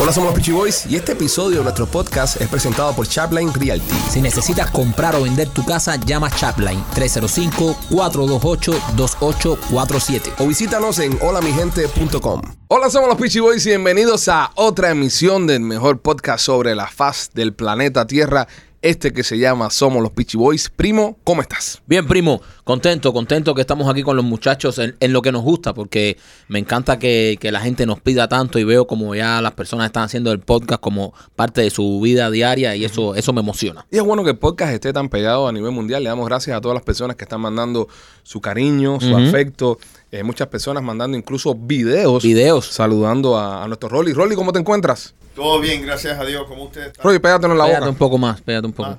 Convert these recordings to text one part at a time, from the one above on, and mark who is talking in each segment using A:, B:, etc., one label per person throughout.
A: Hola, somos los Peachy Boys y este episodio de nuestro podcast es presentado por Chapline Realty.
B: Si necesitas comprar o vender tu casa, llama Chapline 305-428-2847.
A: o visítanos en holamigente.com. Hola, somos los Peachy Boys y bienvenidos a otra emisión del mejor podcast sobre la faz del planeta Tierra. Este que se llama Somos los Peachy Boys. Primo, ¿cómo estás?
C: Bien, primo, contento, contento que estamos aquí con los muchachos en, en lo que nos gusta, porque me encanta que, que la gente nos pida tanto y veo como ya las personas están haciendo el podcast como parte de su vida diaria y eso, eso me emociona.
A: Y es bueno que el podcast esté tan pegado a nivel mundial. Le damos gracias a todas las personas que están mandando su cariño, su afecto. Eh, muchas personas mandando incluso videos.
C: Videos.
A: Saludando a, a nuestro Rolly. Rolly, ¿cómo te encuentras?
D: Todo bien, gracias a Dios. ¿Cómo usted está?
A: Rolly, pégatelo en la
C: Pégate
A: boca.
C: un poco más, pégate un poco.
D: Ah,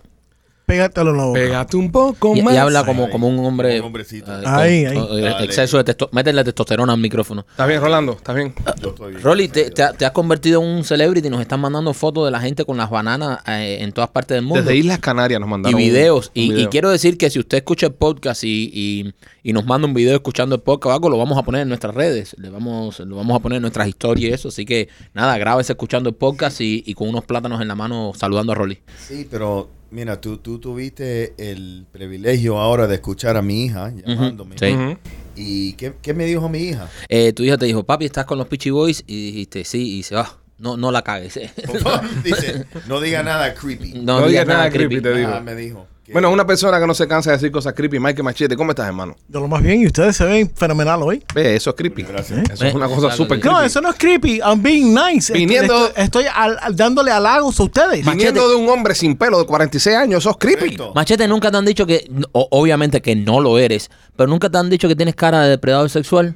E: Pégatelo en la boca.
A: Pégate un poco
C: y, y
A: más.
C: habla como,
D: Ahí,
C: como un hombre.
D: como un hombrecito.
C: eh,
E: Ahí,
C: con-
E: ahí.
C: con, eh,
D: Dale.
C: Exceso de testo Métele testosterona al micrófono.
A: ¿Estás bien, Rolando? ¿Estás bien?
D: Yo estoy bien.
C: Rolly, te, te ha- te has convertido en un celebrity. Nos están mandando fotos de la gente con las bananas eh, en todas partes del mundo.
A: Desde Islas Canarias nos
C: y
A: mandaron. un-
C: videos.
A: un
C: Y, y
A: video.
C: quiero decir que si usted escucha el podcast y, y- y nos manda un video escuchando el podcast o algo, lo vamos a poner en nuestras redes. Le vamos, lo vamos a poner en nuestras historias y eso. Así que nada, grábese escuchando el podcast y, y con unos plátanos en la mano saludando a Rolly.
D: Sí, pero mira, tú, tú tuviste el privilegio ahora de escuchar a mi hija llamándome.
C: sí.
A: Ujú.
D: ¿Y qué, qué me dijo mi hija?
C: Eh, tu hija te dijo, papi, estás con los Pitchy Boys. Y dijiste, sí. Y dice, ah, no, no la cagues. eh".
D: Dice, no diga nada creepy.
C: no,
A: No
C: digas
A: digas nada creepy, te digo.
D: Ah, me dijo. que-
A: Bueno, una persona que no se cansa de decir cosas creepy, Mike Machete, ¿cómo estás, hermano?
E: De lo más bien, y ustedes se ven fenomenal hoy.
A: Ve, eso es creepy.
D: Gracias.
A: Eso es una cosa
C: Claro,
A: súper
C: sí.
A: creepy.
E: No, eso no es creepy. I'm being nice. Estoy-
A: Viniendo-
E: Estoy, estoy al- al- dándole halagos a ustedes.
A: Viniendo de un hombre sin pelo de 46 años, eso es creepy.
D: Correcto.
C: Machete, nunca te han dicho que, o- obviamente que no lo eres, pero nunca te han dicho que tienes cara de depredador sexual.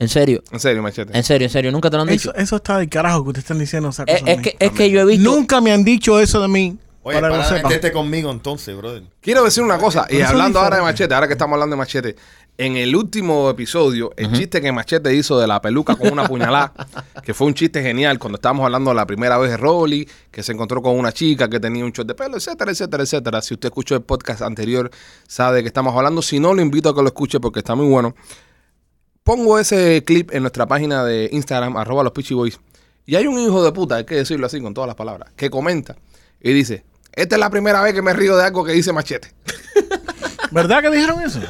C: En serio,
A: En serio, Machete.
C: en serio, en serio, nunca te lo han dicho.
E: Eso, eso está del carajo que ustedes están diciendo. esa
C: Es,
E: cosa
C: es
E: de
C: que,
E: mí.
C: es que yo he visto.
E: Nunca me han dicho eso de mí.
D: Oye, para,
E: que lo
D: de
E: sepan.
D: meterte conmigo entonces, brother.
A: Quiero decir una cosa, y
E: Pero eso
A: hablando
E: es
A: ahora de
E: diferente.
A: Machete, ahora que estamos hablando de Machete, en el último episodio, el chiste que Machete hizo de la peluca con una puñalada, que fue un chiste genial cuando estábamos hablando la primera vez de Rolly, que se encontró con una chica que tenía un short de pelo, etcétera, etcétera, etcétera. Si usted escuchó el podcast anterior, sabe de qué estamos hablando. Si no, lo invito a que lo escuche porque está muy bueno. Pongo ese clip en nuestra página de Instagram, arroba los Peachy Boys. Y hay un hijo de puta, hay que decirlo así con todas las palabras, que comenta y dice, esta es la primera vez que me río de algo que dice machete.
E: ¿Verdad que dijeron eso?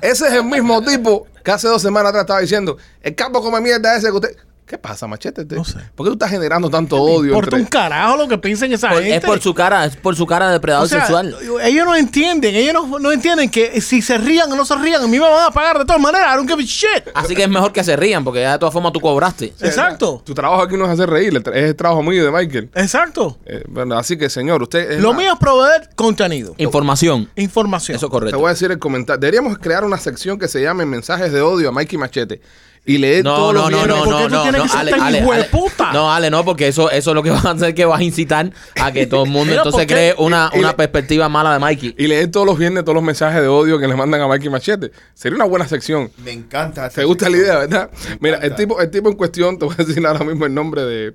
A: Ese es el mismo tipo que hace dos semanas atrás estaba diciendo, el campo come mierda ese que usted... ¿Qué pasa, machete?
E: No sé.
A: ¿Por qué tú estás generando tanto odio?
E: Por
A: Entre...
E: un carajo lo que piensen esa
C: Por-
E: gente.
C: es por su cara, es por su cara de depredador
E: O sea,
C: sexual.
E: Ellos no entienden, ellos no, no entienden que si se rían o no se rían, a mí me van a pagar de todas maneras. I don't give a shit.
C: Así que es mejor que se rían, porque ya de todas formas tú cobraste.
E: Exacto,
A: Tu trabajo aquí no es hacer reír, el tra- es el trabajo mío y de Michael.
E: exacto.
A: Eh, bueno, así que, señor, usted... es
E: Lo
A: más,
E: mío es proveer contenido,
C: Información.
E: información.
C: Eso es
A: Te
C: correcto.
A: voy a decir el comentario. Deberíamos crear una sección que se llame Mensajes de Odio a Mikey Machete. Y leer
C: No,
A: todos
C: no,
A: los
C: no,
A: viernes-
C: no,
E: ¿Por
C: no,
E: qué tú
C: no,
E: tienes
C: no,
E: que ser
C: Ale,
E: tan
C: Ale, Ale,
E: hijueputa?
C: no, Ale, no, porque eso, eso es lo que vas a hacer que vas a incitar a que todo el mundo
E: Mira,
C: entonces
E: ¿por qué?
C: cree una,
A: Y- y
C: una
A: le-
C: perspectiva mala de Mikey.
A: Y leer todos los viernes todos los mensajes de odio que le mandan a Mikey Machete. Sería una buena sección.
D: Me encanta. esta
A: ¿Te gusta la
D: sección.
A: idea, verdad?
D: Me
A: Mira, el
D: encanta.
A: tipo, el tipo en cuestión, te voy a decir ahora mismo el nombre de,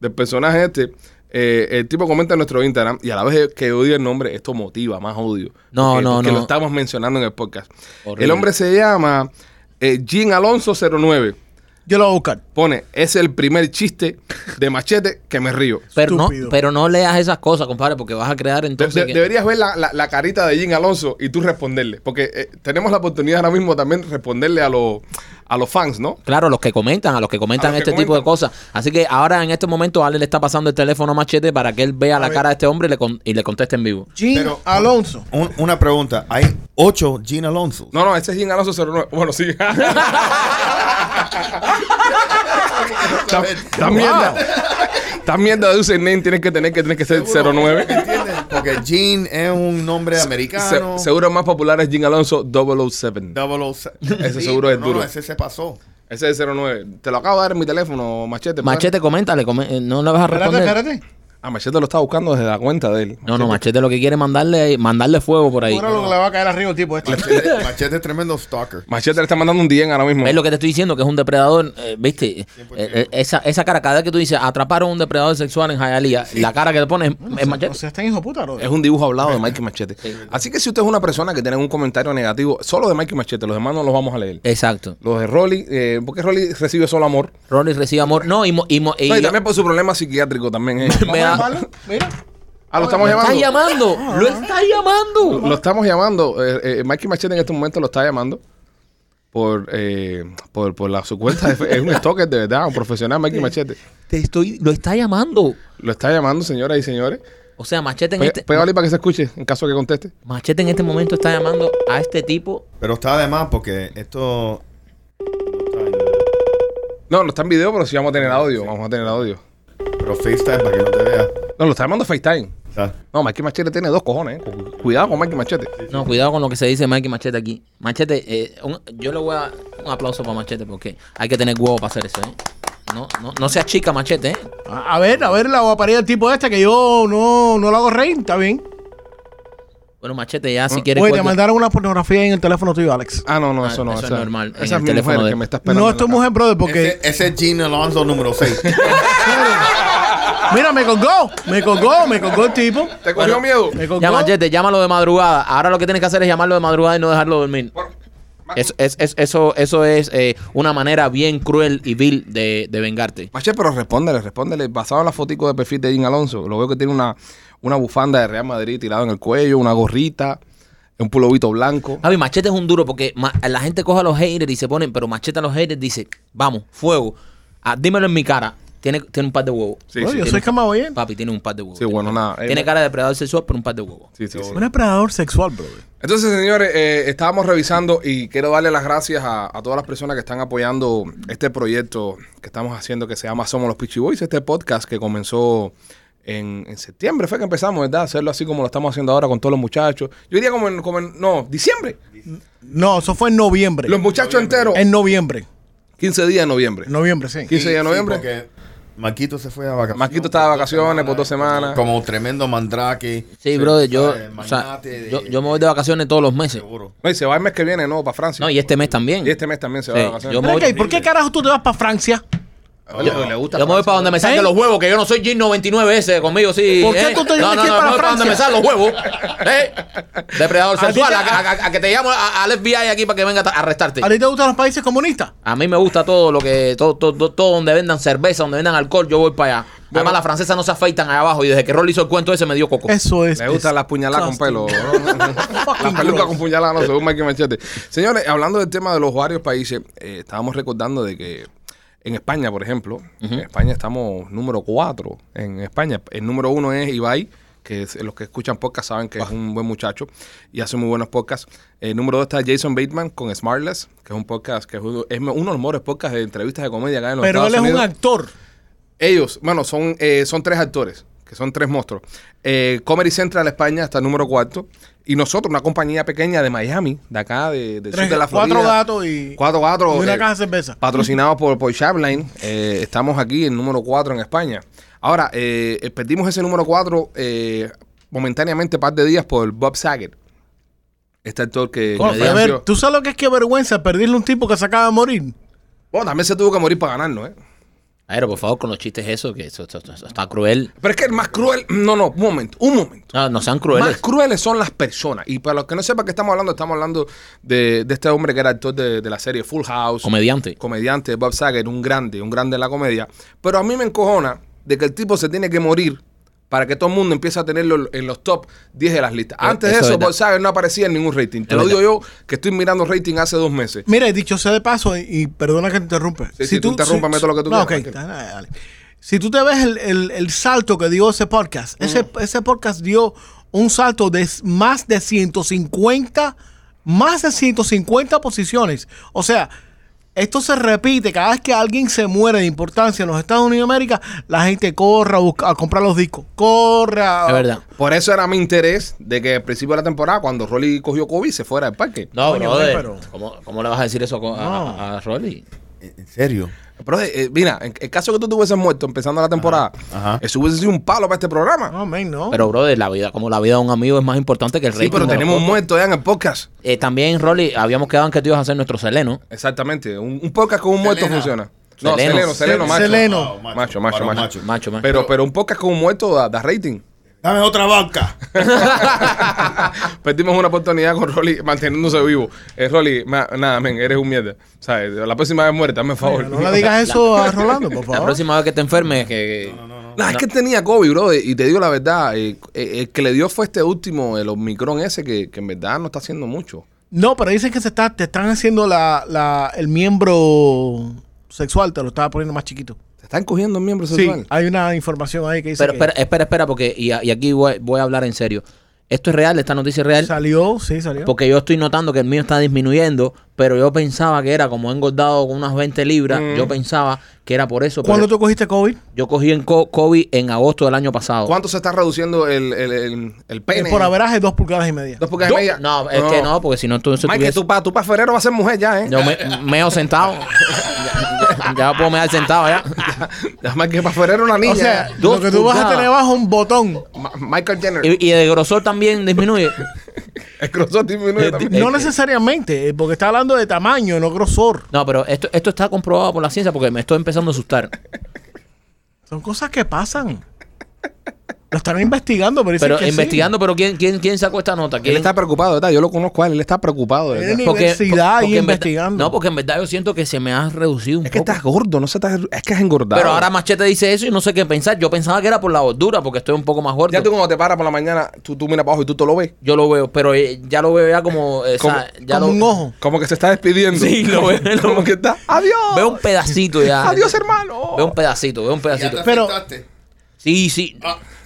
A: del personaje este. Eh, el tipo comenta en nuestro Instagram y a la vez que odia el nombre, esto motiva más odio.
C: No,
A: Porque-
C: no,
A: porque
C: no.
A: lo estamos mencionando en el podcast.
C: Horrible.
A: El hombre se llama eh, Jean Alonso 09.
E: Yo lo voy a buscar.
A: Pone, es el primer chiste de machete que me río.
C: Pero no,
E: Estúpido.
C: pero no leas esas cosas, compadre, porque vas a crear
A: De-
C: entonces.
A: de-
C: que-
A: Deberías ver la, la- la carita de Jim Alonso y tú responderle. Porque eh, tenemos la oportunidad ahora mismo también responderle a, los a los fans, ¿no?
C: Claro, los que comentan, a los que comentan
A: A los que
C: este tipo de
A: comentan.
C: cosas. Así que ahora en este momento Ale le está pasando el teléfono a Machete para que él vea la cara de este hombre y le, con- y le conteste en vivo.
E: Jim
D: Pero-
E: Alonso.
D: Un- una pregunta. Hay ocho Gina Alonso.
A: No, no, ese es Jim Alonso 09. Bueno, sí. Esta esta mierda. Esta mierda de username tienes que tener que tener que ser 09.
D: ¿Entiendes? Porque Gene es un nombre americano.
A: Se- seguro el más popular es Jim Alonso 007.
D: Double O se-
A: Ese seguro es
D: no,
A: duro.
D: No, ese se pasó.
A: Ese es 09. Te lo acabo de dar en mi teléfono, machete. ¿verdad?
C: Machete, coméntale, come- eh, no le vas a
E: Espérate,
C: responder.
E: espérate.
A: Ah, Machete lo estaba buscando desde la cuenta de él.
C: No, no, Machete lo que quiere es mandarle, mandarle fuego por ahí.
E: Ahora lo que le va a caer arriba al tipo este.
D: Machete, Machete es tremendo stalker.
A: Machete le está mandando un DM ahora mismo.
C: ¿Ves lo que te estoy diciendo? Que es un depredador, eh, ¿viste? Eh,
A: pues,
C: eh, esa, esa cara, cada vez que tú dices atraparon un depredador sexual en Jayalía, la cara que te pones es
E: O
C: machete.
E: sea, están hijo de puta, bro.
A: Es un dibujo hablado de Mikey Machete. Así que si usted es una persona que tiene un comentario negativo, solo de Mikey Machete, los demás no los vamos a leer.
C: Exacto.
A: Los de Rolly, eh, porque Rolly recibe solo amor.
C: Ronnie recibe amor. No, y, mo- y, mo- y-
A: No, y también por su problema psiquiátrico también. eh.
C: me da-
E: Vamos a llamarlo, Mira.
A: Ah, lo estamos
C: ¡Lo
A: llamando.
C: estás llamando!
A: Ah.
C: ¡Lo estás llamando!
A: Lo estamos llamando. eh, eh, Mikey Machete en este momento lo está llamando. Por, eh, por, por la, su cuenta. de fe- es un stalker de verdad, un profesional Mikey Machete.
C: Te estoy, lo está llamando.
A: Lo está llamando, señoras y señores.
C: O sea, Machete en,
A: Pe-
C: este,
A: pégale para que se escuche, en caso que conteste.
C: Machete en este momento está llamando a este tipo.
D: Pero está de más porque esto.
A: No, no está en video, pero sí vamos a tener audio. Vamos a tener audio.
D: Pero FaceTime para que no te vea.
A: No, lo está llamando FaceTime.
D: Está.
A: No, Mikey Machete tiene dos cojones. eh. Cu- Cuidado con Mikey Machete.
C: No, cuidado con lo que se dice Mike y Machete aquí. Machete, eh, un- yo le voy a un aplauso para Machete porque hay que tener huevo para hacer eso, ¿eh? No, no, no seas chica, Machete, ¿eh?
E: A a ver, a ver la guaparía del tipo este que yo no, no lo hago reír, está bien.
C: Bueno, Machete, ya si quieres...
E: Oye, te
C: cuelga-
E: mandaron una pornografía en el teléfono tuyo, Alex.
A: Ah, no, no,
C: Ah,
A: eso no.
C: eso es
A: esa-
C: normal, en
A: Esa
C: el
A: es mi
C: teléfono
A: mujer
C: de-
A: que me está esperando.
E: No
A: en
E: es tu
A: la
E: mujer, brother, porque.
D: Ese, ese es Gene Alonso número 6.
E: Mira, me colgó, me colgó, me colgó el tipo.
A: casa. ¿Te cogió miedo?
E: Me colgó.
C: Ya, Machete, llámalo de madrugada. Ahora lo que tienes que hacer es llamarlo de madrugada y no dejarlo dormir. Es, es- es- eso, eso es eh, una manera bien cruel y vil de, de vengarte.
A: Mache, pero respóndele, respóndele. Basado en la fotico de perfil de Jim Alonso, lo veo que tiene una, una bufanda de Real Madrid tirada en el cuello, una gorrita, un pulovito blanco.
E: Ah,
C: Javi, Machete es un duro porque ma- la gente coge a los haters y se ponen, pero Machete a los haters dice, vamos, fuego. Ah, dímelo en mi cara. Tiene, tiene un par de huevos.
A: Sí,
E: Oye,
A: sí,
E: yo
A: tiene-
E: soy camaboyer.
C: Papi, tiene un par de huevos.
A: Sí, bueno, nada. eh,
C: Tiene cara de depredador sexual, pero un par de huevos.
A: Sí, sí, sí.
E: Un depredador sexual, brother.
A: Entonces, señores, eh, estábamos revisando y quiero darle las gracias a, a todas las personas que están apoyando este proyecto que estamos haciendo que se llama Somos los Pitchy Boys, este podcast que comenzó en, en septiembre, fue que empezamos, ¿verdad? Hacerlo así como lo estamos haciendo ahora con todos los muchachos. Yo diría como en, como en- no, diciembre.
E: No, eso fue en noviembre.
A: Los muchachos enteros,
E: En noviembre.
A: 15 días de noviembre.
E: En noviembre, sí.
A: 15 de noviembre.
D: Porque Maquito se fue a vacaciones. eh,
A: Maquito estaba de vacaciones por dos semanas.
D: Como un tremendo mandrake.
C: Sí, brother, yo,
D: ¿sabes?
C: o sea,
D: Magnate de-
C: yo, yo me voy de vacaciones todos los meses.
D: Seguro.
A: No, y se va el mes que viene, ¿no? Para Francia.
C: No, y este mes también.
A: Y este mes también se va
C: Sí,
A: de vacaciones.
C: yo me-
E: Ven acá, ¿y ¿Por qué carajo tú te vas para Francia?
A: Ah, le- le gusta
C: Yo me
A: Francia.
C: voy para donde me
E: ¿Eh?
C: salgan los huevos, que yo no soy Gin 99 ese conmigo, sí. Eh,
E: ¿Por qué tú te
C: no,
E: tienes
C: no,
E: que ir
C: no,
E: para
C: me voy donde
E: Francia?
C: me salgan los huevos. ¿eh? Depredador
E: A ti
C: sexual,
E: te-
C: a, a- a que te llamo a- al FBI aquí para que venga a ta- a arrestarte.
E: ¿A ti te gustan los países comunistas?
C: A mí me gusta todo lo que, todo, todo, todo- todo donde vendan cerveza, donde vendan alcohol, yo voy para allá. Además, las francesas no se afeitan allá abajo y desde que Rolly hizo el cuento ese me dio coco.
E: Eso es.
A: Me gustan las puñaladas con pelo. las pelucas con puñaladas, no, según Mikey Machete. Señores, hablando del tema de los varios países, eh, estábamos recordando de que en España, por ejemplo, en España estamos número 4 en España. El número uno es Ibai, que es- los que escuchan podcast saben que
C: Ah.
A: es un buen muchacho y hace muy buenos podcasts. El número dos está Jason Bateman con Smartless, que es un podcast, que es uno, es uno de los mejores podcasts de entrevistas de comedia acá en los
E: Pero
A: Estados
E: él es un
A: Unidos.
E: actor.
A: Ellos, bueno, son, eh, son tres actores, que son tres monstruos. Eh, Comedy Central España está número cuarto. Y nosotros, una compañía pequeña de Miami, de acá, de, del sur
E: Tres-
A: de la Florida.
E: cuatro gatos y,
A: Cuatro
E: y
A: gatos.
E: una
A: eh,
E: caja de cerveza.
A: Patrocinados por, por Chapline. Eh, estamos aquí en número 4 en España. Ahora, eh, eh, perdimos ese número 4 momentáneamente un par de días por Bob Saget. Este actor que...
E: Coño,
A: que
E: a
A: falleció.
E: ver, ¿tú sabes lo que es que vergüenza perderle a un tipo que se acaba de morir?
A: Bueno, también se tuvo que morir para ganarnos, ¿eh?
C: A ver, por favor, con los chistes esos, que eso, eso- eso está cruel.
A: Pero es que el más cruel... No, no, un momento, un momento.
C: No, Ah, no sean crueles.
A: Más crueles son las personas. Y para los que no sepan que estamos hablando, estamos hablando de, de este hombre que era actor de, de la serie Full House.
C: Comediante.
A: Comediante, Bob Saget, un grande, un grande en la comedia. Pero a mí me encojona de que el tipo se tiene que morir para que todo el mundo empiece a tenerlo en los top 10 de las listas.
C: Eh,
A: Antes de
C: eso es
A: eso,
C: verdad.
A: Bob Saget no aparecía en ningún rating. Te
C: Es
A: lo
C: verdad.
A: digo yo, que estoy mirando rating hace dos meses.
E: Mira, y dicho sea de paso, y, y perdona que te interrumpe.
A: Sí, sí, tú interrúmpame todo lo que tú
E: no,
A: quieras,
E: ok,
A: tranquilo.
E: dale, dale. Si tú te ves el, el- el salto que dio ese podcast, ese, ese podcast dio un salto de s- más de 150, más de 150 posiciones. O sea, esto se repite cada vez que alguien se muere de importancia en los Estados Unidos de América, la gente corre a, busca- a comprar los discos, corre
A: Ah,
E: a...
C: Es verdad.
A: Por eso era mi interés de que al principio de la temporada, cuando Rolly cogió COVID, se fuera del parque.
C: No,
E: Coño,
C: brother,
E: güey, pero-
C: ¿cómo, ¿Cómo le vas a decir eso a, a- a Rolly?
D: ¿En serio?
A: Pero, eh, mira, en el caso que tú te hubieses muerto empezando la temporada,
D: ajá.
A: eso hubiese sido un palo para este programa.
E: No, man, no.
C: Pero, brother, la vida, como la vida de un amigo es más importante que el rey.
A: sí, pero tenemos un muerto ya en el podcast.
C: Eh, también, Rolly, habíamos quedado en que tú ibas a hacer nuestro seleno.
A: Exactamente. Un, un podcast con un muerto
D: Selena.
A: funciona. No,
C: Seleno.
A: Seleno, Seleno,
E: Se-
A: macho.
E: Seleno.
D: Wow,
A: Macho, macho,
D: varón
A: macho.
C: Macho, man.
A: Pero, pero un podcast con un muerto da, da rating.
D: Dame otra banca.
A: Perdimos una oportunidad con Rolly manteniéndose vivo. Eh, Rolly, ma- nada, men, eres un mierda. ¿Sabes? La próxima vez muerte, hazme el favor.
E: no le digas eso a Rolando, por
C: la
E: favor.
C: próxima vez que te enfermes, que.
A: No, es que tenía COVID, bro. Y te digo la verdad, eh, eh, el que le dio fue este último, el Omicron ese, que, que en verdad no está haciendo mucho.
E: No, pero dicen que se está, te están haciendo la, la, el miembro sexual, te lo estaba poniendo más chiquito.
A: Se están cogiendo el miembro
E: Sí,
A: sexual.
E: hay una información ahí que dice
C: Pero
E: que
C: espera, espera, espera, porque. Y, a- y aquí voy, voy a hablar en serio. Esto es real, esta noticia es real.
E: salió, sí, salió.
C: Porque yo estoy notando que el mío está disminuyendo, pero yo pensaba que era como he engordado con unas 20 libras,
A: Mm.
C: yo pensaba que era por eso.
E: ¿Cuándo
C: pero
E: tú cogiste COVID?
C: Yo cogí en co- COVID en agosto del año pasado.
A: ¿Cuánto se está reduciendo el, el, el, el pene?
E: Eh, Por averaje, dos pulgadas y media.
A: Dos pulgadas y
C: Yo-
A: media.
C: No, es que no, porque si no entonces
A: Mike, que
C: tuviese-
A: tú para tú pa febrero vas a ser mujer ya, ¿eh?
C: Yo me, meo sentado. ya, ya- ya puedo mear sentado ya.
A: Ya, Mike, que para febrero una niña.
E: O sea,
A: ya.
C: Dos
E: lo que tú vas a
C: pulgadas.
E: tener abajo es un botón.
A: Ma- Michael Jenner.
C: Y, y de grosor también disminuye.
A: El crossover disminuye también.
E: No
C: eh,
E: necesariamente, eh, porque está hablando de tamaño, no grosor.
C: No, pero esto, esto está comprobado por la ciencia porque me estoy empezando a asustar.
E: Son cosas que pasan. Lo están investigando, pero dicen
C: Pero
E: que sí.
C: investigando, pero ¿quién, quién, quién sacó esta nota?
A: Él
C: ¿Quién-
A: está preocupado, ¿verdad? Yo lo conozco a él, él está preocupado.
C: Eh,
A: de
E: Él
A: verdad.
E: ni-
C: porque-
E: Universidad
C: en
E: ahí
C: verdad-
E: investigando.
C: no, porque en verdad yo siento que se me ha reducido un
A: Es que
C: poco.
A: estás gordo, no se estás, es que has engordado.
C: Pero ahora Machete dice eso y no sé qué pensar. Yo pensaba que era por la gordura, porque estoy un poco más gordo.
A: ya tú cuando te paras por la mañana, tú, tú miras para abajo y tú te lo ves.
C: Yo lo veo, pero eh, ya lo veo ya como... eh, o sea, ya
E: Como
C: lo-
E: un ojo.
A: Como que se está despidiendo.
C: Sí, lo veo.
A: Como que está. ¡Adiós!
C: Veo un pedacito ya.
A: ¡Adiós, hermano!
C: Veo un pedacito, veo un pedacito.
E: Pero-
C: Sí, sí.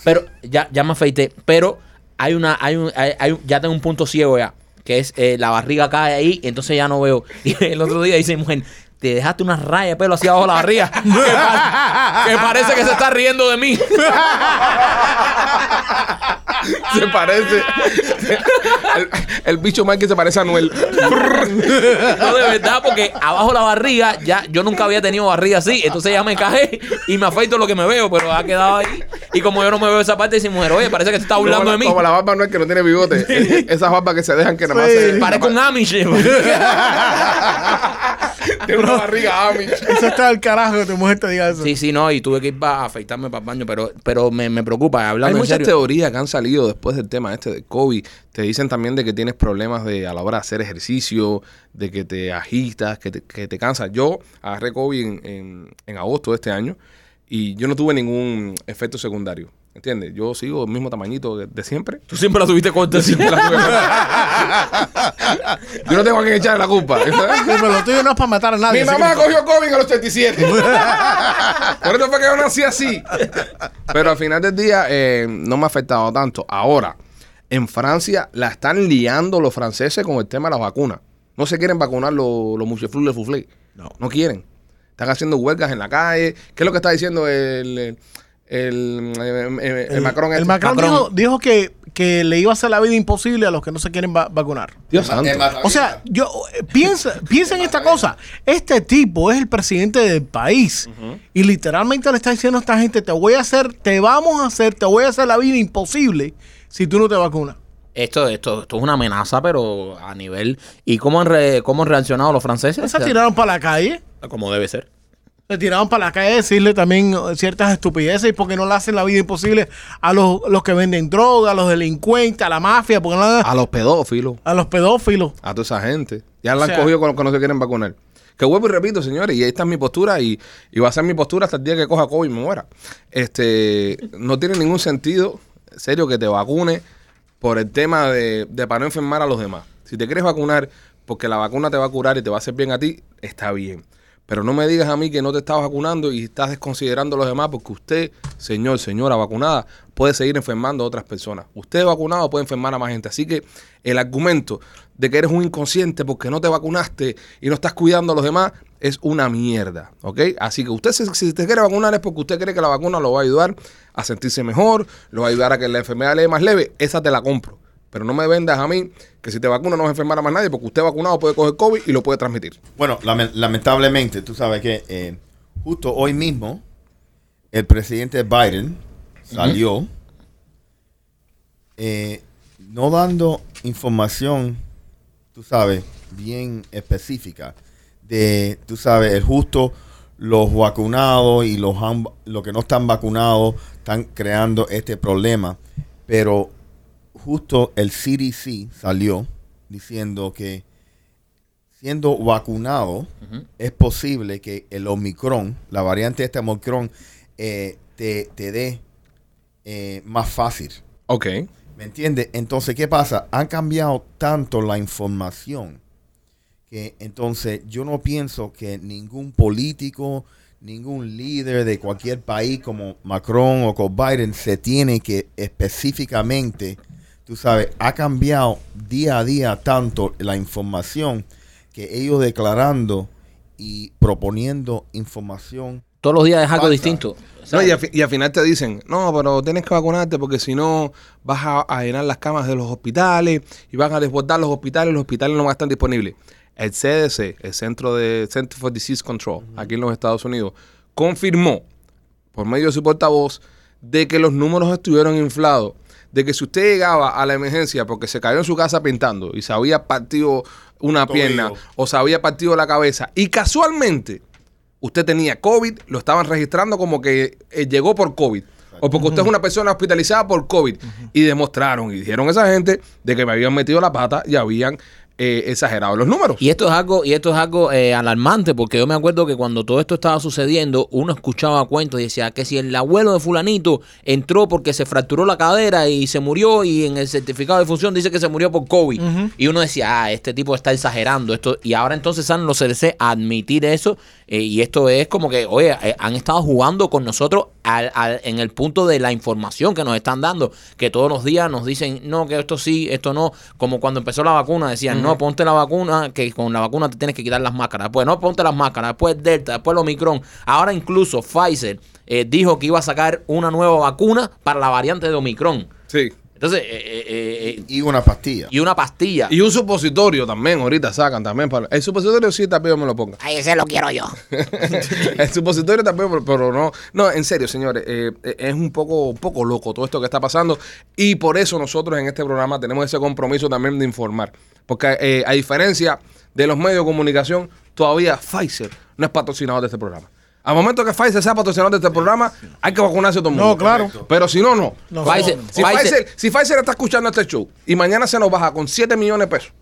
C: Pero ya, ya me afeité. Pero hay una, hay un, hay, hay un- ya tengo un punto ciego ya. Que es eh, la barriga cae ahí, entonces ya no veo. Y el otro día dice, mujer, te dejaste una raya de pelo hacia abajo de la barriga. Que, pa- que parece que se está riendo de mí.
A: Se parece. El, el bicho Mike se parece a Noel.
C: No, de verdad, porque abajo la barriga, ya yo nunca había tenido barriga así. Entonces ya me cajé y me afeito lo que me veo, pero ha quedado ahí. Y como yo no me veo esa parte, dice, mujer, oye, parece que te está burlando
A: como,
C: de mí.
A: la- como la barba Noel que no tiene bigote. Eh, Esas barbas que se dejan que nada más
E: Sí.
A: se.
C: Parezco un
A: nada
C: Amish.
A: más- Tiene una barriga ah, Amish.
E: Eso está al carajo que tu mujer te diga eso.
C: Sí, sí, no, y tuve que ir para afeitarme para el baño, pero, pero me, me preocupa,
A: Hay
C: hablando en
A: muchas
C: serio.
A: teorías que han salido después del tema este de COVID. Te dicen también de que tienes problemas de a la hora de hacer ejercicio, de que te agitas, que te, que te cansas. Yo agarré COVID en, en- en agosto de este año y yo no tuve ningún efecto secundario. ¿Entiendes? Yo sigo el mismo tamañito de, de siempre.
C: Tú siempre la tuviste corta.
A: Yo no tengo a quien echarle la culpa.
E: Sí, pero lo tuyo no es para matar a nadie.
A: Mi
E: así
A: mamá
E: que-
A: cogió COVID a los 37. Por eso fue que yo nací así. Pero al final del día eh, no me ha afectado tanto. Ahora, en Francia la están liando los franceses con el tema de las vacunas. No se quieren vacunar los, los mucheflus de Fuflé. No. No quieren. Están haciendo huelgas en la calle. ¿Qué es lo que está diciendo el, el, el, el- el
E: El
A: Macron?
E: el
A: este?
E: Macron dijo, dijo que, que le iba a hacer la vida imposible a los que no se quieren va- vacunar.
A: Dios santo.
E: O sea, yo eh, piensa, piensa en esta cosa. Este tipo es el presidente del país y literalmente le está diciendo a esta gente, te voy a hacer, te vamos a hacer, te voy a hacer la vida imposible si tú no te vacunas.
C: Esto, esto, esto es una amenaza, pero a nivel. ¿Y cómo han, re- cómo han reaccionado los franceses?
E: Se tiraron para la calle,
C: Como debe ser.
E: se tiraron para la calle a decirle también eh, ciertas estupideces y porque no le hacen la vida imposible a los, los que venden droga, a los delincuentes, a la mafia, porque no le-
A: A los pedófilos.
E: a los pedófilos.
A: a toda esa gente. Ya la
E: O
A: han
E: sea-
A: cogido con los que no se quieren vacunar. Que vuelvo y repito, señores, y esta es mi postura y, y va a ser mi postura hasta el día que coja COVID y me muera. Este, no tiene ningún sentido, serio, que te vacunes por el tema de, de para no enfermar a los demás. Si te quieres vacunar porque la vacuna te va a curar y te va a hacer bien a ti, está bien. Pero no me digas a mí que no te estás vacunando y estás desconsiderando a los demás porque usted, señor, señora vacunada, puede seguir enfermando a otras personas. Usted vacunado puede enfermar a más gente. Así que el argumento de que eres un inconsciente porque no te vacunaste y no estás cuidando a los demás es una mierda, ¿ok? Así que usted si, si te quiere vacunar es porque usted cree que la vacuna lo va a ayudar a sentirse mejor, lo va a ayudar a que la enfermedad le dé más leve. Esa te la compro. Pero no me vendas a mí que si te vacunas no vas a enfermar a más nadie porque usted vacunado puede coger COVID y lo puede transmitir.
D: Bueno, lame- lamentablemente, tú sabes que eh, justo hoy mismo, el presidente Biden salió eh, no dando información, tú sabes, bien específica de, tú sabes, el justo, los vacunados y los, han- los que no están vacunados están creando este problema. Pero justo el CDC salió diciendo que siendo vacunado, es posible que el Omicron, la variante de este Omicron, eh, te, te dé eh, más fácil.
A: Ok.
D: ¿Me entiendes? Entonces, ¿qué pasa? Han cambiado tanto la información que entonces yo no pienso que ningún político, ningún líder de cualquier país como Macron o con Biden se tiene que específicamente, tú sabes, ha cambiado día a día tanto la información que ellos declarando y proponiendo información.
C: Todos los días es algo
D: Falsa.
C: distinto.
A: No,
C: ¿sabes?
A: y, al fi- y al final te dicen, no, pero tienes que vacunarte porque si no vas a, a llenar las camas de los hospitales y van a desbordar los hospitales, los hospitales no van a estar disponibles. El CDC, el Centro de Center for Disease Control, aquí en los Estados Unidos, confirmó por medio de su portavoz de que los números estuvieron inflados, de que si usted llegaba a la emergencia porque se cayó en su casa pintando y se había partido una
D: Tobillo.
A: pierna o se había partido la cabeza y casualmente usted tenía COVID, lo estaban registrando como que eh, llegó por COVID. O porque usted es una persona hospitalizada por COVID. Y demostraron y dijeron a esa gente de que me habían metido la pata y habían eh, exagerado los números.
C: Y esto es algo, y esto es algo eh, alarmante, porque yo me acuerdo que cuando todo esto estaba sucediendo, uno escuchaba cuentos y decía que si el abuelo de fulanito entró porque se fracturó la cadera y se murió, y en el certificado de función dice que se murió por COVID. Y uno decía, ah, este tipo está exagerando esto. Y ahora entonces salen los CDC a admitir eso, eh, y esto es como que, oye, eh, han estado jugando con nosotros al- al- en el punto de la información que nos están dando, que todos los días nos dicen, no, que esto sí, esto no, como cuando empezó la vacuna, decían, no, ponte la vacuna, que con la vacuna te tienes que quitar las máscaras, después no, ponte las máscaras, después Delta, después el Omicron, ahora incluso Pfizer eh, dijo que iba a sacar una nueva vacuna para la variante de Omicron.
A: Sí.
C: Entonces, eh, eh, eh, eh,
D: Y una pastilla.
C: y una pastilla.
A: Y un supositorio también, ahorita sacan también. Para, el supositorio sí, también me lo ponga.
F: Ay, ese lo quiero yo.
A: el supositorio también, pero, pero no. No, en serio, señores, eh, eh, es un poco, un poco loco todo esto que está pasando. Y por eso nosotros en este programa tenemos ese compromiso también de informar. Porque eh, a diferencia de los medios de comunicación, todavía Pfizer no es patrocinador de este programa. Al momento que Pfizer sea patrocinador de este programa, hay que vacunarse a todo el mundo.
E: No, claro. Correcto.
A: Pero si no, no.
E: No,
C: Pfizer-
E: no, no.
A: Si Pfizer, si Pfizer está escuchando este show y mañana se nos baja con 7 millones de pesos,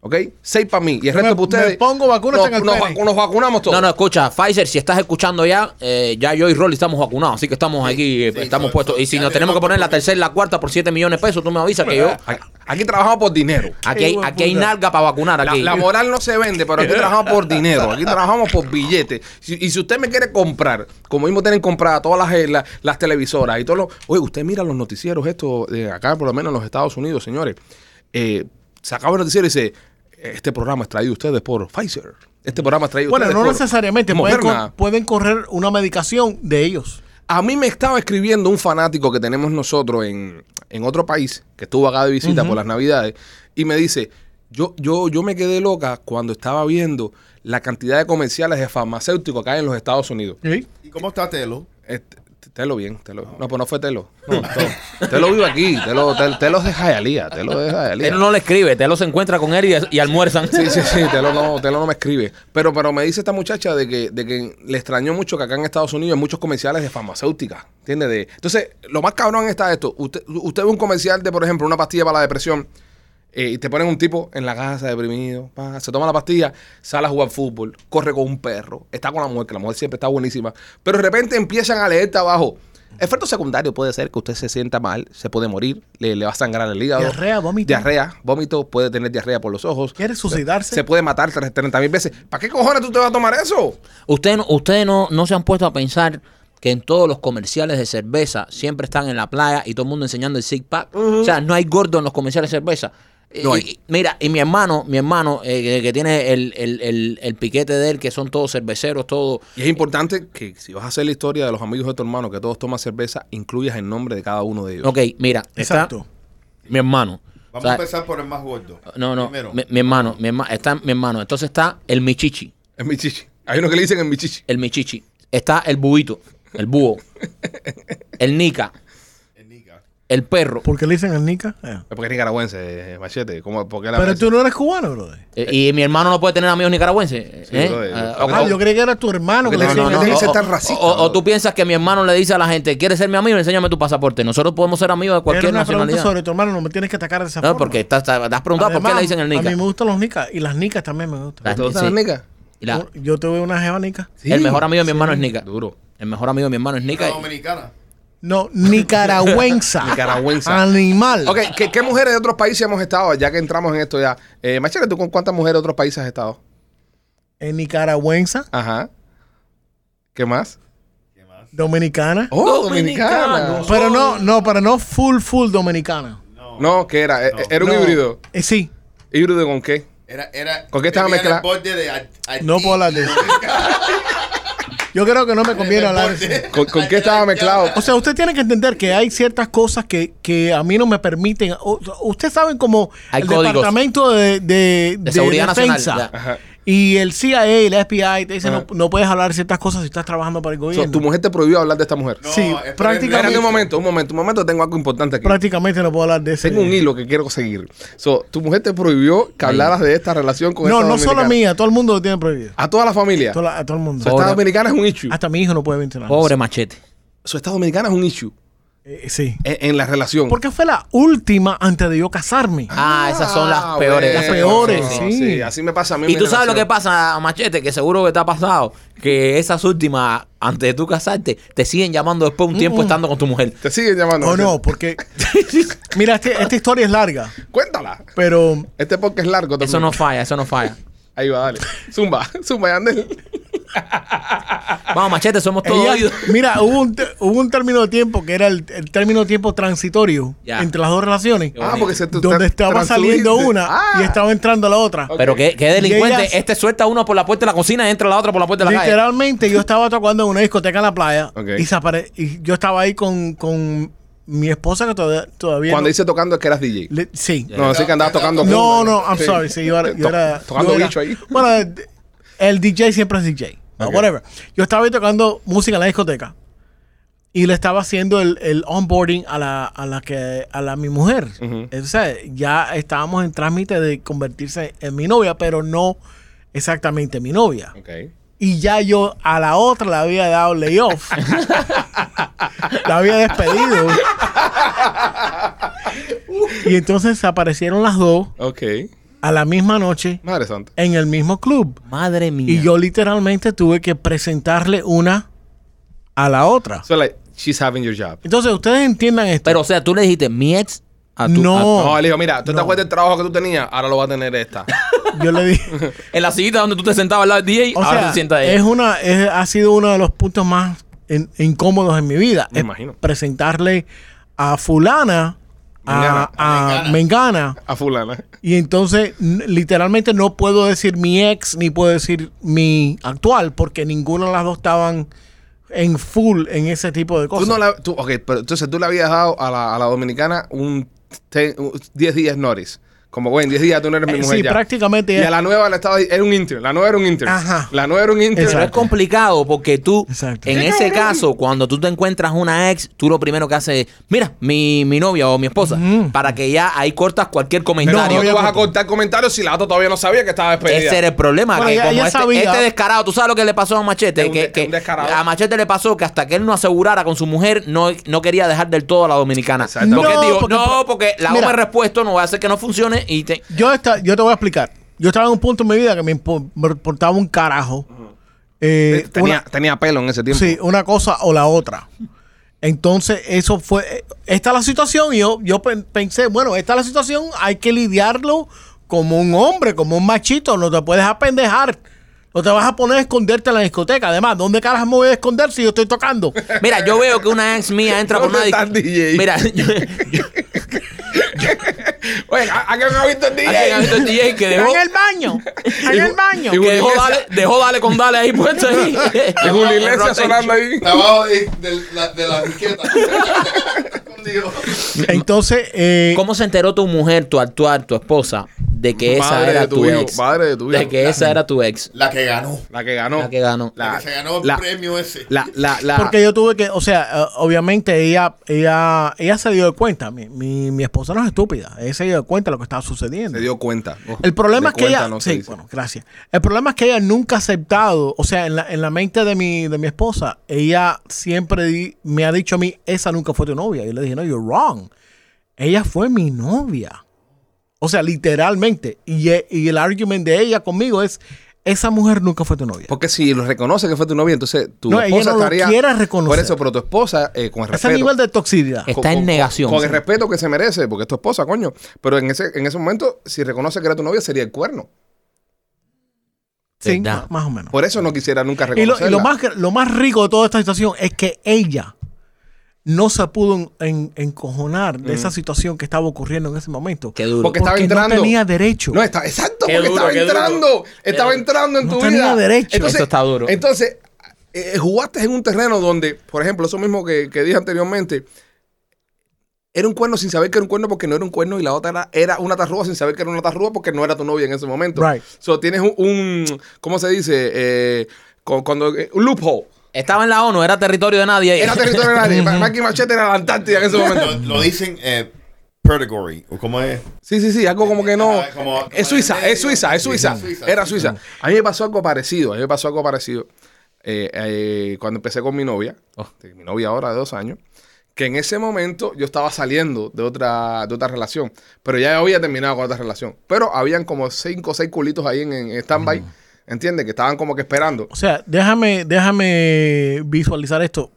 A: ¿ok? 6 para mí y el
E: Yo
A: resto
E: me-
A: para ustedes.
E: me pongo vacunas
A: nos,
E: en el
A: nos,
E: pene.
A: vacu- nos vacunamos todos.
C: No, no, escucha, Pfizer, si estás escuchando ya, eh, ya yo y Rolly estamos vacunados, así que estamos aquí, eh,
D: sí,
C: estamos
D: so-
C: puestos.
D: so-
C: Y si
D: ya
C: nos tenemos
D: tenemos
C: que poner la tercera y la cuarta por 7 millones de pesos, tú me avisas que yo.
A: Aquí, aquí trabajamos por dinero.
C: Aquí hay, aquí hay nalga para vacunar
A: La,
C: aquí.
A: la moral no se vende, pero aquí trabajamos por dinero. Aquí trabajamos por billetes. Si- y si usted me quiere comprar, como mismo tienen compradas todas las, eh, la- las televisoras y todo lo. Oye, usted mira los noticieros, esto de acá, por lo menos en los Estados Unidos, señores. Eh, se acaba el noticiero y dice: Este programa es traído a ustedes por Pfizer. Este programa es traído a
E: Bueno,
A: ustedes
E: no
A: por
E: necesariamente. Pueden,
A: Moderna.
E: cor- pueden correr una medicación de ellos.
A: A mí me estaba escribiendo un fanático que tenemos nosotros en, en otro país, que estuvo acá de visita por las navidades, y me dice, yo, yo, yo me quedé loca cuando estaba viendo la cantidad de comerciales de farmacéuticos acá en los Estados Unidos.
D: ¿Y cómo está Telo?
A: Este, telo bien, telo. No, pues no fue Telo. No, to- telo vive aquí, Telo, tel- telo es de Jayalía, Telo es de Hialeah.
C: Él no le escribe, te los encuentra con él y, y almuerzan.
A: Sí, sí, sí, Telo no, Telo no me escribe. Pero, pero me dice esta muchacha de que, de que le extrañó mucho que acá en Estados Unidos hay muchos comerciales de farmacéutica. ¿Entiendes? De, entonces, lo más cabrón está esto. Usted, usted ve un comercial de, por ejemplo, una pastilla para la depresión. eh, y te ponen un tipo en la casa deprimido, pa, se toma la pastilla, sale a jugar fútbol, corre con un perro, está con la mujer, que la mujer siempre está buenísima, pero de repente empiezan a leerte abajo. Efecto secundario puede ser que usted se sienta mal, se puede morir, le, le va a sangrar el hígado.
E: Diarrea, vómito.
A: Diarrea, vómito, puede tener diarrea por los ojos.
E: ¿Quiere suicidarse?
A: Se puede matar 30 mil veces. ¿Para qué cojones tú te vas a tomar eso?
C: Ustedes no, ustedes no, no se han puesto a pensar que en todos los comerciales de cerveza siempre están en la playa y todo el mundo enseñando el six pack. O sea, no hay gordo en los comerciales de cerveza.
A: No
C: Y-
A: hay.
C: y- mira, y mi hermano, mi hermano, eh, que, que tiene el, el- el- el piquete de él, que son todos cerveceros, todos.
A: Y es importante que si vas a hacer la historia de los amigos de tu hermano que todos toman cerveza, incluyas el nombre de cada uno de ellos.
C: Ok, mira,
E: Exacto.
C: está mi hermano.
D: Vamos
C: O sea,
D: a empezar por el más gordo.
C: No, no,
D: Primero.
C: mi, mi hermano, mi herma- está mi hermano. Entonces está el Michichi.
A: Es mi chichi. Hay uno que le dicen en mi chichi.
C: El Michichi. Está el buito, el búho, el nica, el perro.
E: ¿Por qué le dicen al Nica? Eh.
A: Es porque es nicaragüense, eh, machete. ¿Cómo, por qué la
E: Pero
A: mención?
E: tú no eres cubano, brother.
C: Eh, Y mi hermano no puede tener amigos nicaragüenses.
A: Sí,
C: ¿eh?
A: brother.
C: Ah,
A: Aunque
E: Ah,
A: no-
E: yo creí que era tu hermano que
A: No,
E: le decían
A: no, no,
E: al
A: tiene que
E: Nica.
A: ser
C: o-
A: tan
C: o-
A: racista,
C: O, o
A: brother.
C: tú piensas que mi hermano le dice a la gente, ¿quieres ser mi amigo? Enséñame tu pasaporte. Nosotros podemos ser amigos de
E: Era
C: cualquier
E: una pregunta
C: nacionalidad.
E: sobre tu hermano, no me tienes que atacar de esa
C: No,
E: forma.
C: porque estás, estás- has preguntado por qué le
E: Además,
C: dicen el
E: A mí me
C: nica.
E: gustan los nicas y las nicas también me gustan.
A: ¿Te gustan
C: Sí.
A: las nicas?
C: Y la-
E: Yo tuve una jeva nica.
C: el mejor amigo de mi hermano es nica.
A: Duro.
C: El mejor amigo de mi hermano es nica.
D: dominicana.
E: No, nicaragüenza.
A: Nicaragüenza.
E: Animal.
A: Ok, ¿qué, qué mujeres de otros países hemos estado? Ya que entramos en esto ya. Eh, machete, ¿tú con cuántas mujeres de otros países has estado?
E: En nicaragüenza,
A: Ajá. ¿Qué más?
E: dominicana.
A: ¡Oh,
C: Dominicana.
A: dominicana!
E: Pero no, no, pero no full, full dominicana.
A: No, ¿qué era? Eh, Era un
E: No.
A: híbrido.
E: Eh, sí.
A: ¿Híbrido con qué?
D: Era, era,
A: ¿Con qué estaban
D: era el
A: mezcladas?
D: borde de ar- ar-
E: No puedo hablar de eso. Yo creo que no me conviene hablar de eso.
A: ¿Con, con qué estaba mezclado?
E: O sea, usted tiene que entender que hay ciertas cosas que, que a mí no me permiten. O- Usted saben como
C: Hay
E: el
C: códigos.
E: Departamento de, de- de
C: Seguridad Nacional,
E: Defensa
C: ya.
A: Ajá.
E: y el CIA y el FBI te dicen
A: Ajá.
E: no, no puedes hablar de ciertas cosas si estás trabajando para el
A: O sea,
E: gobierno.
A: tu mujer te prohibió hablar de esta mujer.
D: No,
E: sí,
D: espérate,
E: prácticamente,
A: Espérate un momento, un momento, un momento. Tengo algo importante aquí.
E: prácticamente no puedo hablar de eso.
A: Tengo un hilo que quiero seguir. So, tu mujer te prohibió que hablaras de esta relación con
E: No,
A: esta
E: no solo a
A: dominicana.
E: mí, a todo el mundo lo tienen prohibido.
A: A toda la familia.
E: Todo la- a todo el mundo.
A: So, esta
C: Pobre.
A: dominicana es un issue.
E: Hasta mi hijo no puede mencionar.
C: Pobre machete.
A: Su esta dominicana es un issue e-,
E: Eh, sí.
A: en, en la relación.
E: Porque fue la última antes de yo casarme.
C: Ah, esas son las
A: Ah,
C: peores.
A: bueno,
E: Las peores,
A: no,
E: sí.
A: Así me pasa a mí. en
C: Y
A: mi
C: tú sabes lo que
A: relación.
C: pasa, Machete, que seguro que te ha pasado, que esas últimas, antes de tú casarte, te siguen llamando después un tiempo estando con tu mujer.
A: Te siguen llamando.
E: o Oh, no, porque. Mira, este- esta historia es larga,
A: Cuéntala.
E: pero
A: Este podcast es largo.
C: Eso
A: también.
C: no falla, eso no falla.
A: Ahí va, dale. Zumba, zumba, Yandel.
C: Vamos, Machete, somos todos
E: Ella-
C: oídos.
E: mira, hubo un, te- hubo un término de tiempo que era el, el término de tiempo transitorio
C: Ya.
E: entre las dos relaciones,
C: bonito.
A: Ah, porque se te-
E: donde
A: te-
E: estaba
A: transudiste.
E: saliendo una
A: Ah,
E: y estaba entrando la otra.
A: Ok.
C: Pero qué, qué delincuente.
E: Y ellas-
C: Este suelta uno por la puerta de la cocina, entra la otra por la puerta de la calle.
E: Literalmente yo estaba tocando en una discoteca en la playa
A: Ok.
E: y, se apare- y yo estaba ahí con, con mi esposa que todavía... todavía
A: Cuando
E: no-
A: dice tocando es que eras DJ.
E: le- sí.
A: No, así que andabas tocando.
E: No,
A: cumbia.
E: no, I'm
A: Sí.
E: sorry. Sí, yo era, yo
A: To-
E: era-
A: Tocando
E: yo era-
A: bicho ahí.
E: Bueno, el- el DJ siempre es DJ. but
A: Ok.
E: Whatever. Yo estaba ahí tocando música en la discoteca y le estaba haciendo el, el onboarding a la, a la que a la mi mujer.
A: Ujú.
E: O sea, ya estábamos en trámite de convertirse en mi novia, pero no exactamente mi novia.
A: Ok.
E: Y ya yo a la otra le había dado layoff. la había despedido. y entonces aparecieron las dos
A: Ok.
E: a la misma noche
A: Madre santa.
E: en el mismo club.
C: Madre mía.
E: Y yo literalmente tuve que presentarle una a la otra.
A: So, like, she's having your job.
E: Entonces, ustedes entiendan esto.
C: Pero, o sea, tú le dijiste mi ex a tu.
E: No.
A: No, le dijo, mira, tú te
E: No.
A: acuerdas del trabajo que tú tenías, ahora lo va a tener esta.
E: Yo le dije,
C: a- en la sillita donde tú te sentabas al lado del DJ,
E: o
C: ahora
E: sea,
C: te sientas ahí.
E: es una, es- ha sido uno de los puntos más in- incómodos en mi vida.
A: Me
E: Es
A: imagino.
E: Presentarle a fulana, a,
A: Mengana.
E: a Mengana.
A: A fulana.
E: Y entonces, n- literalmente no puedo decir mi ex ni puedo decir mi actual, porque ninguna de las dos estaban en full en ese tipo de
A: Tú
E: cosas.
A: no la, tú, ok, pero entonces tú le habías dado a la, a la dominicana un te- un 10 días notice. Como, güey, en 10 días tú no eres mi
E: Eh,
A: mujer
E: sí,
A: ya.
E: prácticamente
A: Y
E: ya-
A: a la nueva le estaba era un intern. La nueva era un intern.
E: Ajá.
A: La nueva era un intern.
C: Pero es
E: Exacto.
C: complicado porque tú,
E: Exacto.
C: en
E: ¡Qué
C: ese caso, cuando tú te encuentras una ex, tú lo primero que haces es, mira, mi, mi novia o mi esposa, para que ya ahí cortas cualquier
A: Pero
C: comentario.
A: no,
E: había
A: tú vas a
E: cortado.
A: cortar comentarios si la otra todavía no sabía que estaba despedida.
C: Ese era el problema.
E: Bueno,
C: que
E: ya-
C: como
E: ya
C: este,
E: sabía.
C: este descarado, tú sabes lo que le pasó a Machete.
A: Es un
C: que,
A: de-
C: que
A: un descarado.
C: a Machete le pasó que hasta que él no asegurara con su mujer, no, no quería dejar del todo a la dominicana. Porque
A: Exactamente.
E: No,
C: digo,
E: porque-
C: no, porque la
E: Mira.
C: goma de repuesto no va a hacer que no funcione y te.
E: Yo, esta- yo te voy a explicar. Yo estaba en un punto en mi vida que me impo- me importaba un carajo. Eh,
A: Eh, tenía,
E: una-
A: tenía pelo en ese tiempo.
E: sí, una cosa o la otra. Entonces, eso fue. Esta es la situación. Y yo, yo pen- pensé, bueno, esta es la situación. Hay que lidiarlo como un hombre, como un machito. No te puedes apendejar. No te vas a poner a esconderte en la discoteca. Además, ¿dónde carajo me voy a esconder si yo estoy tocando?
C: Mira, yo veo que una ex mía entra por una.
A: ¿Dónde está el DJ?
C: Mira, yo, yo-
A: Oye, ¿a, a qué me ha visto el
C: aquí
A: DJ?
C: ha visto el DJ que dejó.
E: En el baño. En el baño.
A: Y
C: que dejó
A: Julio
C: dale,
A: Iglesias.
C: dejó dale con dale ahí puesto ahí.
A: Es una iglesia sonando ahí.
D: Está abajo de, de la, de la disqueta. Escondido.
E: Entonces, eh,
C: ¿Cómo se enteró tu mujer, tu actual, tu esposa, de que esa
A: Madre
C: era
A: de tu
C: tu
A: hijo,
C: ex.
A: madre de tu hijo.
C: que esa era tu ex.
D: La que ganó.
A: La que ganó.
C: La que ganó.
D: La, que se ganó el
A: la-
D: premio ese.
A: La, la, la-
E: Porque yo tuve que, o sea, eh, obviamente ella, ella, ella se dio de cuenta. Mi, mi, mi esposa no es estúpida. Ella se dio de cuenta de lo que estaba sucediendo.
A: se dio cuenta.
E: El
A: De
E: problema es que
A: cuenta
E: ella.
A: no se
E: sí,
A: dice.
E: bueno, gracias. El problema es que ella nunca ha aceptado, o sea, en la, en la mente de mi, de mi esposa, ella siempre di- me ha dicho a mí, esa nunca fue tu novia. Y yo le dije, no, you're wrong. Ella fue mi novia. O sea, literalmente. Y, e- y el argument de ella conmigo es, esa mujer nunca fue tu novia.
A: Porque si lo reconoce que fue tu novia, entonces tu
E: No, ella
A: esposa
E: no lo
A: estaría.
E: quiere reconocer.
A: Por eso, pero tu esposa, eh, con el
E: Ese
A: respeto.
E: nivel de toxicidad.
A: con-
C: Está en
A: con-
C: negación,
A: Con
C: sí.
A: el respeto que se merece, porque es tu esposa, coño. Pero en ese, en ese momento, si reconoce que era tu novia, sería el cuerno.
E: Sí,
C: ¿Verdad?
E: más o menos.
A: Por eso no quisiera nunca
E: Y lo,
A: reconocerla.
E: y lo más, lo más rico de toda esta situación es que ella no se pudo en- en- encojonar de
A: Mm.
E: esa situación que estaba ocurriendo en ese momento.
C: Qué duro.
A: Porque estaba
E: Porque no
A: entrando.
E: tenía derecho.
A: No, está, exacto,
C: Qué
A: porque
C: duro,
A: estaba
C: qué duro.
A: entrando. Estaba
C: duro.
A: entrando en
E: No
A: tu
E: tenía
A: vida.
E: derecho.
A: Entonces,
C: Eso está duro.
A: Entonces, eh, jugaste en un terreno donde, por ejemplo, eso mismo que, que dije anteriormente, era un cuerno sin saber que era un cuerno porque no era un cuerno y la otra era, era una tarrúa sin saber que era una tarrúa porque no era tu novia en ese momento.
E: Right.
A: So, tienes un, un- ¿cómo se dice? Eh, cu- cuando, eh, un loophole.
C: Estaba en la ONU, era territorio de nadie.
A: Era territorio de nadie. Ma- Mackie Machete era la Antártida en ese
D: lo,
A: momento.
D: lo dicen eh, Pedigree, o ¿Cómo es?
A: Sí, sí, sí, algo como que no. Eh,
D: Ah, como- como
A: es Suiza,
D: en
A: es Suiza, es
D: medio.
A: Suiza.
D: Sí, Suiza,
A: Era
D: sí.
A: Suiza. A mí me pasó algo parecido, a mí me pasó algo parecido. eh, eh, cuando empecé con mi novia,
E: Oh.
A: de mi novia ahora de dos años, que en ese momento yo estaba saliendo de otra, de otra relación, pero ya había terminado con otra relación. Pero habían como cinco o seis culitos ahí en, en stand-by, ¿entiendes? Que estaban como que esperando.
E: O sea, déjame, déjame visualizar esto.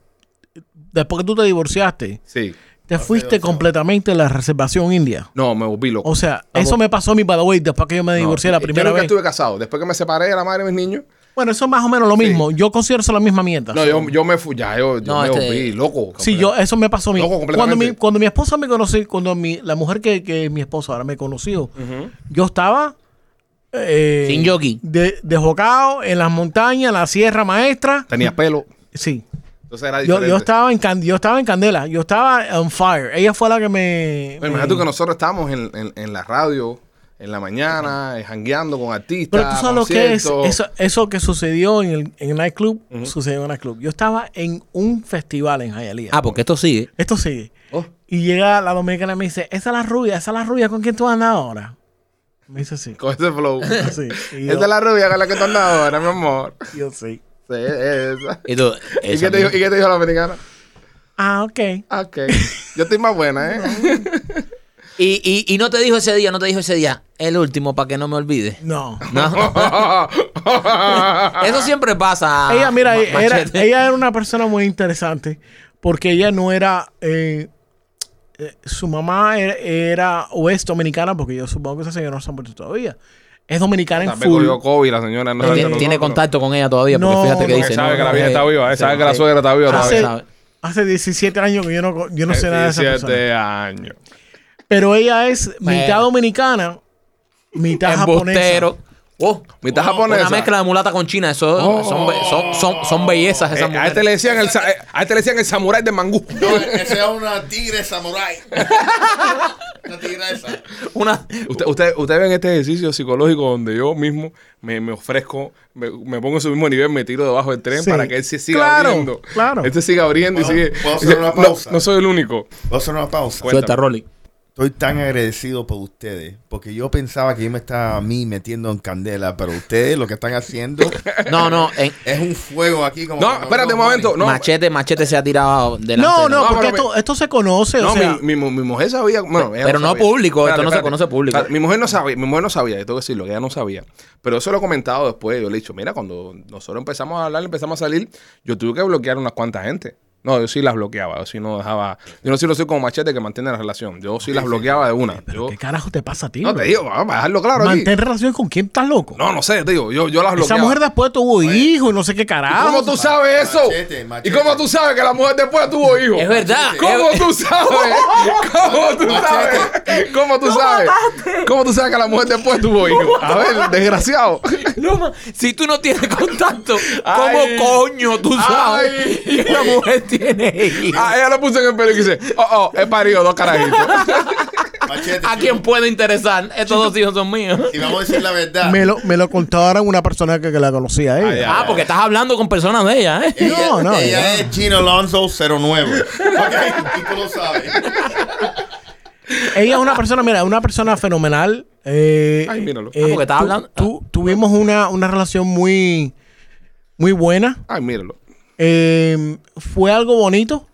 E: Después que tú te divorciaste,
A: Sí.
E: te fuiste completamente a la reservación india.
A: No, me volví loco.
E: O sea, eso me pasó a mí, by the way, después que yo me divorcié la
A: Yo
E: primera
A: nunca
E: vez.
A: estuve casado. Después que me separé de la madre de mis niños,
E: Bueno, eso es más o menos lo mismo. Yo considero eso la misma mierda.
A: no, yo, yo me fui, ya, yo, yo
C: No,
A: me
C: este-
A: volví loco.
E: Sí, yo, eso me pasó a mí.
A: Loco,
E: Cuando
A: completamente.
E: mi, cuando mi esposa me conoció, cuando mi, la mujer que, que es mi esposa ahora me conoció, yo estaba... eh,
C: Sin jockey.
E: De, desbocado en las montañas, en la Sierra Maestra.
A: Tenía pelo.
E: Sí.
A: Entonces era
E: Yo,
A: diferente.
E: yo, estaba en can- yo estaba en candela, yo estaba on fire. Ella fue la que me...
A: Bueno,
E: me-
A: imagínate que nosotros estábamos en, en- en la radio, en la mañana, eh, jangueando con artistas.
E: Pero tú sabes lo que es,
A: conciertos.
E: eso, eso que sucedió en el, en el nightclub, sucedió en el nightclub. Yo estaba en un festival en Hialeah.
C: Ah, porque esto sigue.
E: Esto sigue.
C: Oh.
E: Y llega la dominicana y me dice, esa es la rubia, esa es la rubia con quien tú andas ahora. Me dice sí.
A: Con ese flow.
E: sí. Y yo,
A: Esa es la rubia con la que tú andas ahora, mi amor.
E: yo sí.
A: Sí, es esa.
C: Y tú,
A: ¿Y
C: esa
A: qué, te dijo,
C: misma.
A: y qué te dijo la americana?
E: Ah, ok.
A: Ah, Ok. Yo estoy más buena, ¿eh?
C: Y, y- y no te dijo ese día, no te dijo ese día, el último para que no me olvide.
E: No.
C: No. Eso siempre pasa.
E: ella, mira,
C: Ma-
E: era,
C: Machete.
E: ella era una persona muy interesante porque ella no era. eh, eh, su mamá era, era- o es dominicana, porque yo supongo que esa señora no se ha muerto todavía. Es dominicana en
A: También
E: full.
A: cogió COVID la señora. No
C: Tiene, tiene contacto con ella todavía, porque
E: No,
C: fíjate que
E: porque
C: dice.
A: sabe
C: no,
A: que la
C: no,
A: vieja
C: eh,
A: está viva, eh, sabe que la suegra está viva
C: sabe,
E: todavía.
C: sabe.
E: Hace 17 años que yo no, co- yo no sé nada de esa persona.
A: 17 años.
E: Pero ella es
C: Bueno.
E: mitad dominicana, mitad japonesa.
C: Embustero. Oh,
A: Mitad
C: oh,
A: japonesa.
C: Una mezcla de mulata con china. Eso
A: Oh.
C: son, be- son, son, son bellezas
A: Eh,
C: esas
A: a,
C: mujeres.
A: este le decían el, sa- eh, a este le decían el samurái de mangú.
D: No, eh. esa es una tigre samurái. una tigresa.
C: Una,
A: Usted, usted, ustedes ven este ejercicio psicológico donde yo mismo me, me ofrezco, me, me pongo en su mismo nivel, me tiro debajo del tren
E: Sí.
A: para que él se siga
E: Claro,
A: abriendo.
E: claro.
A: Este siga abriendo
D: ¿Puedo-
A: y sigue.
D: puedo hacer una
A: No,
D: pausa?
A: No, soy el único.
D: Voy a hacer una pausa.
A: Cuéntame.
C: suelta, Rolly.
D: Estoy tan agradecido por ustedes, porque yo pensaba que yo me estaba a mí metiendo en candela, pero ustedes lo que están haciendo
C: No, no. en-
D: es un fuego aquí como...
A: No,
D: como
A: espérate
D: los
A: un momento. No,
C: Machete, machete se ha tirado delante.
E: No, no,
A: No,
E: porque
A: pero
E: esto, esto se conoce.
A: no,
E: o sea,
A: mi, mi- mi mujer sabía. bueno, ella
C: pero no
A: sabía.
C: público, esto no se conoce público.
A: Claro, mi mujer no sabía, mi mujer no sabía, yo tengo que decirlo, que ella no sabía. Pero eso lo he comentado después. Yo le he dicho, mira, cuando nosotros empezamos a hablar, empezamos a salir, yo tuve que bloquear unas cuantas gente. No, yo sí las bloqueaba, yo sí no dejaba. Yo no sí no soy como machete que mantiene la relación. Yo sí las bloqueaba de una.
E: ¿pero
A: Yo-
E: ¿Qué carajo te pasa a ti?
A: No,
E: bro?
A: te digo, vamos a dejarlo claro aquí.
E: ¿Mantén relación con quién estás loco?
A: No, no sé, te digo, yo, yo las
E: Esa
A: bloqueaba.
E: mujer después tuvo hijos y no sé qué
A: ¿Y
E: carajo.
A: ¿Cómo tú sabes eso?
D: Machete, machete.
A: ¿Y cómo tú sabes que la mujer después tuvo hijos?
C: Es verdad.
A: ¿Cómo
C: Es-
A: tú sabes? ¿Cómo tú sabes? ¿Cómo tú sabes? ¿Cómo tú sabes que la mujer después tuvo hijos? A ver, desgraciado.
C: No, ma- si tú no tienes contacto, ¿cómo
A: Ay.
C: coño tú sabes
A: Ay.
C: que la mujer tiene hijos?
A: Ah, ella lo puso en el pelo y dice, oh, oh, he parido dos carajitos.
D: Machete,
C: ¿A
D: sí.
C: quién puede interesar? Estos dos hijos son míos.
D: Si vamos a decir la verdad.
E: Me lo, me lo contaron una persona que, que la conocía a ella.
A: ya.
C: Ah, porque estás hablando con personas de ella, ¿eh?
D: Ella-
E: No, no,
D: Ella
E: ya.
D: es Gino Alonso 09. Ok, y tú lo sabes.
E: Ella es una persona, mira, una persona fenomenal. Eh,
A: Ay, míralo.
E: eh,
C: Ah, porque estaba
E: tú-
C: hablando-
E: tú- tuvimos una, una relación muy, muy buena.
A: Ay, míralo.
E: Eh, fue algo bonito.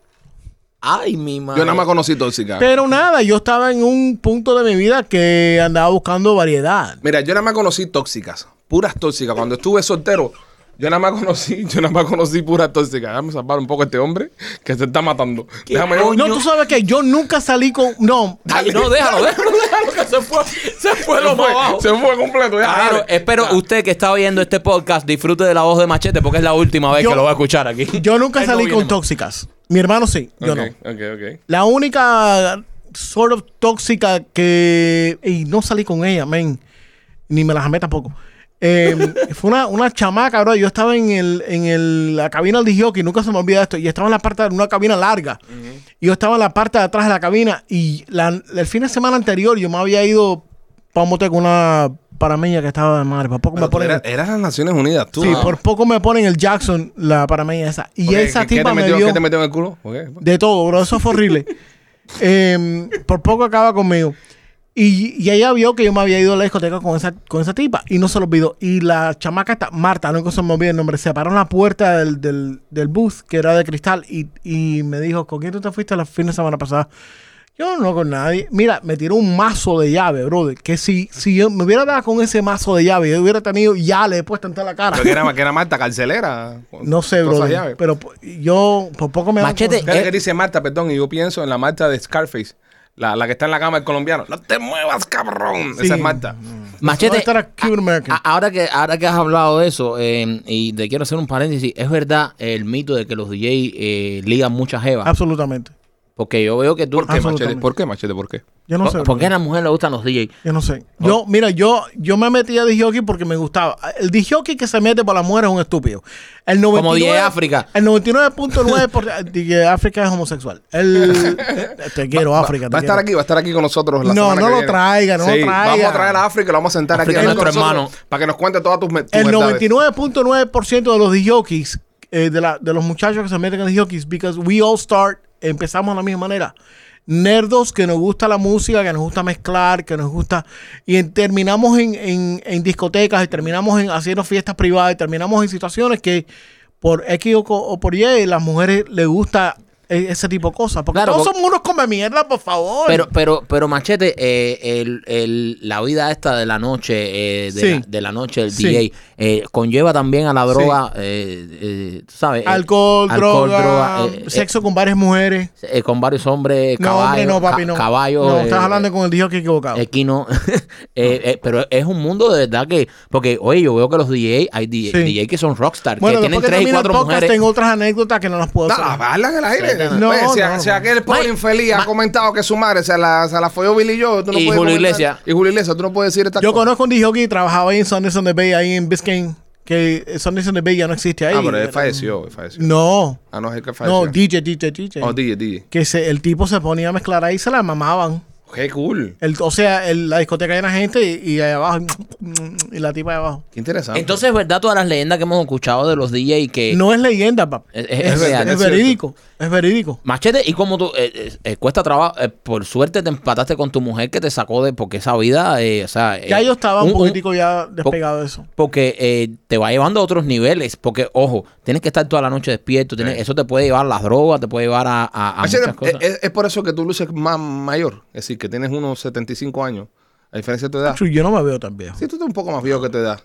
C: Ay, mi madre.
A: Yo nada más conocí tóxica.
E: Pero nada, yo estaba en un punto de mi vida que andaba buscando variedad.
A: Mira, yo nada más conocí tóxicas, puras tóxicas. Cuando estuve soltero, yo nada más conocí, yo nada más conocí puras tóxicas. Déjame salvar un poco a este hombre que se está matando. Déjame yo.
E: No, tú sabes que yo nunca salí con. No,
C: Ay, no, déjalo, déjalo, déjalo, que se fue, se fue
A: se
C: lo más
A: fue,
C: bajo.
A: se fue completo. ya,
C: Caballero,
A: dale.
C: espero usted que está oyendo este podcast disfrute de la voz de Machete porque es la última vez
E: Yo-
C: que lo va a escuchar aquí.
E: yo nunca
C: Él no
E: salí
C: viene
E: con
C: más.
E: tóxicas. Mi hermano sí, yo
A: Ok,
E: no.
A: Ok, ok.
E: La única sort of tóxica que. Y no salí con ella, men. Ni me la jamé tampoco. Eh, fue una, una chamaca, bro. Yo estaba en, el, en el, la cabina del DJ, nunca se me olvida esto. Y estaba en la parte de una cabina larga. Y yo estaba en la parte de atrás de la cabina. Y la- el fin de semana anterior yo me había ido para un motel con una parameña que estaba de madre. Por poco me
A: Pero tú
E: ponen.
A: eras- eras las Naciones Unidas, tú.
E: sí,
A: Ah.
E: por poco me ponen el Jackson, la parameña esa. Y
A: Ok,
E: esa
A: ¿qué- qué
E: tipa
A: te
E: me
A: metió,
E: dio.
A: ¿Qué te metió en el culo? Ok.
E: De todo, bro. Eso fue horrible. Em, por poco acaba conmigo. Y, y ella vio que yo me había ido a la discoteca con esa, con esa tipa y no se lo olvidó. Y la chamaca, esta- Marta, no se me olvida el nombre, se paró en la puerta del, del, del bus que era de cristal y, y me dijo, ¿con quién tú te fuiste la fin de semana pasada? Yo no con nadie. Mira, me tiró un mazo de llave, brother. Que si, si yo me hubiera dado con ese mazo de llave, yo hubiera tenido ya le he puesto en toda la cara.
A: Pero que era, que era Marta, carcelera.
E: No
A: Todas
E: sé,
A: esas
E: brother.
A: llaves.
E: Pero po- yo por poco me dan
C: Machete,
E: por-
A: Fíjate
C: Eh.
A: que dice Marta, perdón, y yo pienso en la Marta de Scarface, la, la que está en la cama del colombiano. No te muevas, cabrón.
E: Sí. Mm.
A: Esa es Marta.
E: Machete,
C: Machete,
E: Cuban American.
C: a- ahora, que, ahora que has hablado de eso, eh, y te quiero hacer un paréntesis, es verdad el mito de que los DJ eh, ligan muchas jevas.
E: Absolutamente.
C: Porque yo veo que tú...
A: ¿Por qué, machete?
E: Absolutamente.
A: ¿Por qué, machete? ¿Por qué?
E: Yo no sé.
C: ¿Por qué a
E: bro.
C: la mujer le gustan los DJ?
E: Yo no sé. Yo, mira, yo, yo me metí a disjockey porque me gustaba. El disjockey que se mete por la mujer es un estúpido. El 99,
C: Como DJ África.
E: El 99.9% DJ África es homosexual. El, te quiero, África. te
A: Va a estar
E: quiero.
A: aquí, va a estar aquí con nosotros la
E: No,
A: semana
E: no
A: que
E: lo
A: viene.
E: traiga, no lo traiga.
A: Vamos a traer a África, lo vamos a sentar
C: África
A: aquí
C: es
A: con
C: nuestro
A: nosotros
C: hermano.
A: para que nos cuente todas tus, me- tus
E: El
A: verdades.
E: 99.9% de los disjockeys, eh, de, la- de los muchachos que se meten en disjockeys, because we all start, empezamos de la misma manera. Nerdos que nos gusta la música, que nos gusta mezclar, que nos gusta. Y en- terminamos en, en- en discotecas, y terminamos en haciendo fiestas privadas, y terminamos en situaciones que por X o, co- o por Y, las mujeres les gusta e- ese tipo de cosas. Porque
C: Claro,
E: todos
C: por-
E: somos unos come mierda, por favor.
C: Pero, pero, pero Machete, eh, el- el- la vida esta de la noche, eh, de,
E: Sí.
C: la, de la noche del
E: Sí.
C: DJ, eh, conlleva también a la droga, eh, eh, tú ¿sabes? Eh,
E: alcohol, droga,
C: droga, eh, eh,
E: sexo con varias mujeres.
C: eh, con varios hombres,
E: No,
C: caballos,
E: hombre, no, papi,
C: ca-
E: no.
C: caballos,
E: No,
C: eh,
E: estás hablando con el dios que equivocado.
C: equino. Eh, eh, pero es un mundo de verdad que, porque oye, yo veo que los DJ, hay DJ,
E: Sí.
C: DJ que son rockstar,
E: bueno,
C: que tienen
E: después que
C: tres y
E: termine el
C: cuatro
E: podcast,
C: mujeres. Ah,
E: tengo otras anécdotas que no las puedo
A: No,
E: hacer.
A: habla en el aire.
E: No,
A: Oye, si,
E: no,
A: si
E: no.
A: aquel pobre
C: Ma-
A: infeliz ha comentado que su madre se la, se la folló Billy Joe, tú no puedes
C: Y Julio
A: comentar-
C: Iglesias.
A: Y Julio Iglesias, tú no puedes decir esta
E: Yo conozco un DJ que trabajaba ahí en Sundays on the Bay, ahí en Biscayne, que eh, Sundays on the Bay ya no existe ahí.
A: Ah, pero él
E: Era-
A: falleció, él falleció.
E: No,
A: Ah, no, es el que falleció.
E: no, DJ, DJ, DJ.
A: Oh, DJ, DJ.
E: que se- el tipo se ponía a mezclar ahí y se la mamaban.
A: Qué cool.
E: El, o sea, el- la discoteca llena de gente y, y ahí abajo, y la tipa ahí abajo.
A: Qué interesante.
C: Entonces, es verdad todas las leyendas que hemos escuchado de los DJ que...
E: No es leyenda, papá.
C: Eh, Es-
E: Es,
C: es- es real,
E: es
A: es
E: verídico, es verídico.
C: Machete, y como tú, eh, eh, eh, cuesta trabajo, eh, por suerte te empataste con tu mujer que te sacó de, porque esa vida, eh, o sea... eh,
E: Ya yo estaba un,
C: un-
E: poquitico ya despegado de eso.
C: Porque eh, te va llevando a otros niveles, porque, ojo, tienes que estar toda la noche despierto, tienes- eso te puede llevar a las drogas, te puede llevar a, a- a
A: Machete,
C: muchas cosas.
A: Ah, es, es por eso que tú luces más mayor. Es decir, que tienes unos 75 años. A diferencia de tu edad.
E: Chuy, Yo no me veo tan viejo.
A: Sí, tú estás un poco más viejo que te da.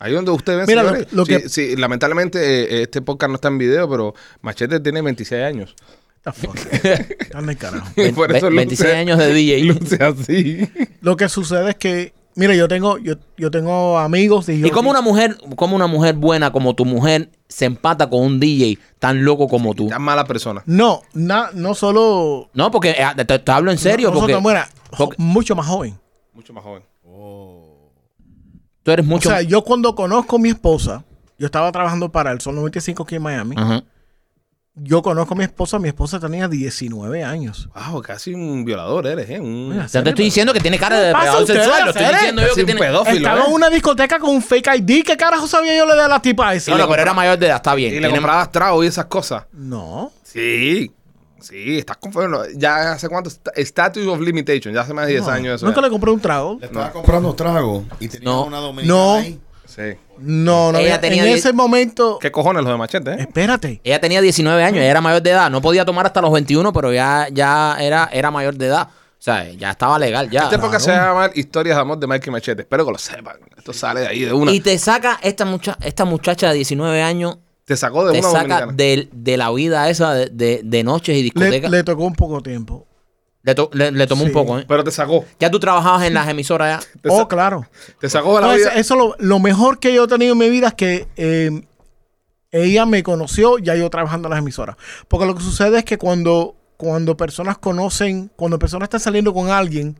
A: Ahí donde usted ven,
E: Mira, lo-
A: señores.
E: lo
A: Sí,
E: que-
A: sí, lamentablemente eh, este podcast no está en video, pero Machete tiene 26 años.
E: Está fuerte. Está en el carajo.
A: Y
C: Ve-
A: por
C: ve-
A: eso luce-
C: 26 años de DJ.
A: Luce así.
E: Lo que sucede es que, mira, yo tengo, yo, yo tengo amigos de
C: y como una mujer, como una mujer buena como tu mujer se empata con un DJ tan loco como tú.
A: Tan mala persona.
E: No, na- no solo.
C: No, porque eh, te, te hablo en serio,
E: no, no
C: porque
E: solo tan buena, jo-
C: porque-
E: mucho más joven.
A: Mucho más joven.
C: tú eres
E: O
C: mucho.
E: sea,
C: Ah.
E: yo cuando conozco a mi esposa, yo estaba trabajando para el Sol 95 aquí en Miami.
C: Ajá.
E: Yo conozco a mi esposa, mi esposa tenía 19 años.
A: Wow, casi un violador eres, ¿eh? Un,
E: Mira,
C: O sea, te estoy diciendo que tiene cara de
E: pasa a
C: depredador
E: ustedes,
C: sexual. Lo estoy
E: seres?
C: diciendo yo
A: casi
C: que
A: un
C: tiene.
A: pedófilo.
E: Estaba
A: ¿eh?
E: en una discoteca con un fake ID. ¿Qué carajo sabía yo le de la tipa esa?
C: No, no, pero era mayor de edad, está bien.
A: Y le
C: Tiene-
A: comprabas trago y esas cosas.
E: No.
A: Sí. Sí, estás conforme. Ya hace cuánto. Sta- Statute of Limitation. Ya hace más de 10
E: No.
A: años eso.
E: Nunca
A: ya.
E: le compré un trago.
D: Le estaba comprando trago y tenía
C: No.
D: una dominicana
E: No.
D: ahí.
A: Sí.
E: No, no.
C: Ella
E: había-
C: tenía
E: en
C: diez-
E: ese momento.
A: ¿Qué cojones los de machete, eh?
E: Espérate.
C: Ella tenía 19 años, ella era mayor de edad. No podía tomar hasta los 21, pero ya, ya era, era mayor de edad. O sea, ya estaba legal, ya.
E: Este
A: Esta época Este se llama Historias de amor de Mike y Machete. Espero que lo sepan. Esto sale de ahí de una.
C: Y te saca esta, mucha, esta muchacha de 19 años,
A: te sacó de
C: te
A: una
C: saca
A: dominicana.
C: del- de, la vida esa de, de- de noches y
E: Le,
C: discotecas. Le,
E: le tocó un poco tiempo.
C: to- le- le tomó
E: Sí.
C: un poco, ¿eh?
A: Pero te sacó.
C: Ya tú trabajabas en las emisoras ya.
A: Te, sa-
E: Oh, claro.
A: te sacó de la
E: No,
A: vida.
E: eso- eso lo, lo mejor que yo he tenido en mi vida es que eh, ella me conoció ya yo trabajando en las emisoras. Porque lo que sucede es que cuando, cuando personas conocen, cuando personas están saliendo con alguien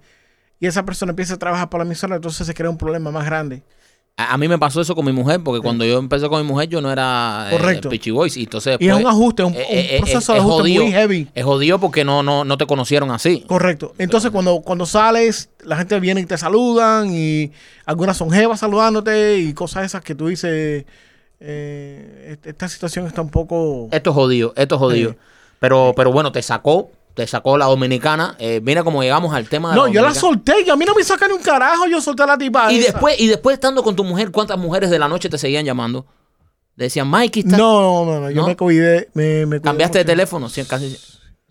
E: y esa persona empieza a trabajar para la emisora, entonces se crea un problema más grande.
C: A, a mí me pasó eso con mi mujer, porque cuando yo empecé con mi mujer, yo no era
E: Correcto.
C: Pitchy Boys. Y entonces
E: y es
C: después-
E: un ajuste, un,
C: eh,
E: un
C: eh, eh,
E: proceso de
C: es
E: ajuste
C: jodido.
E: muy heavy.
C: Es jodido porque no, no, no te conocieron así.
E: Correcto. Entonces, cuando, cuando sales, la gente viene y te saludan y algunas son jevas saludándote y cosas esas que tú dices, eh, este- esta situación está un poco...
C: Esto es jodido, esto es jodido.
E: Sí.
C: Pero, pero bueno, te sacó, te sacó la dominicana. Eh, mira cómo llegamos al tema de
E: No, yo la
C: dominicana.
E: solté y a mí no me sacan un carajo, yo solté a la tipa.
C: Y
E: esa.
C: después, y después estando con tu mujer, ¿cuántas mujeres de la noche te seguían llamando? Decían, Mikey, está...
E: No, no, no, no, yo
C: ¿No?
E: me cuidé. Me, me cuidé
C: cambiaste de
E: mucho.
C: teléfono. Sí, casi...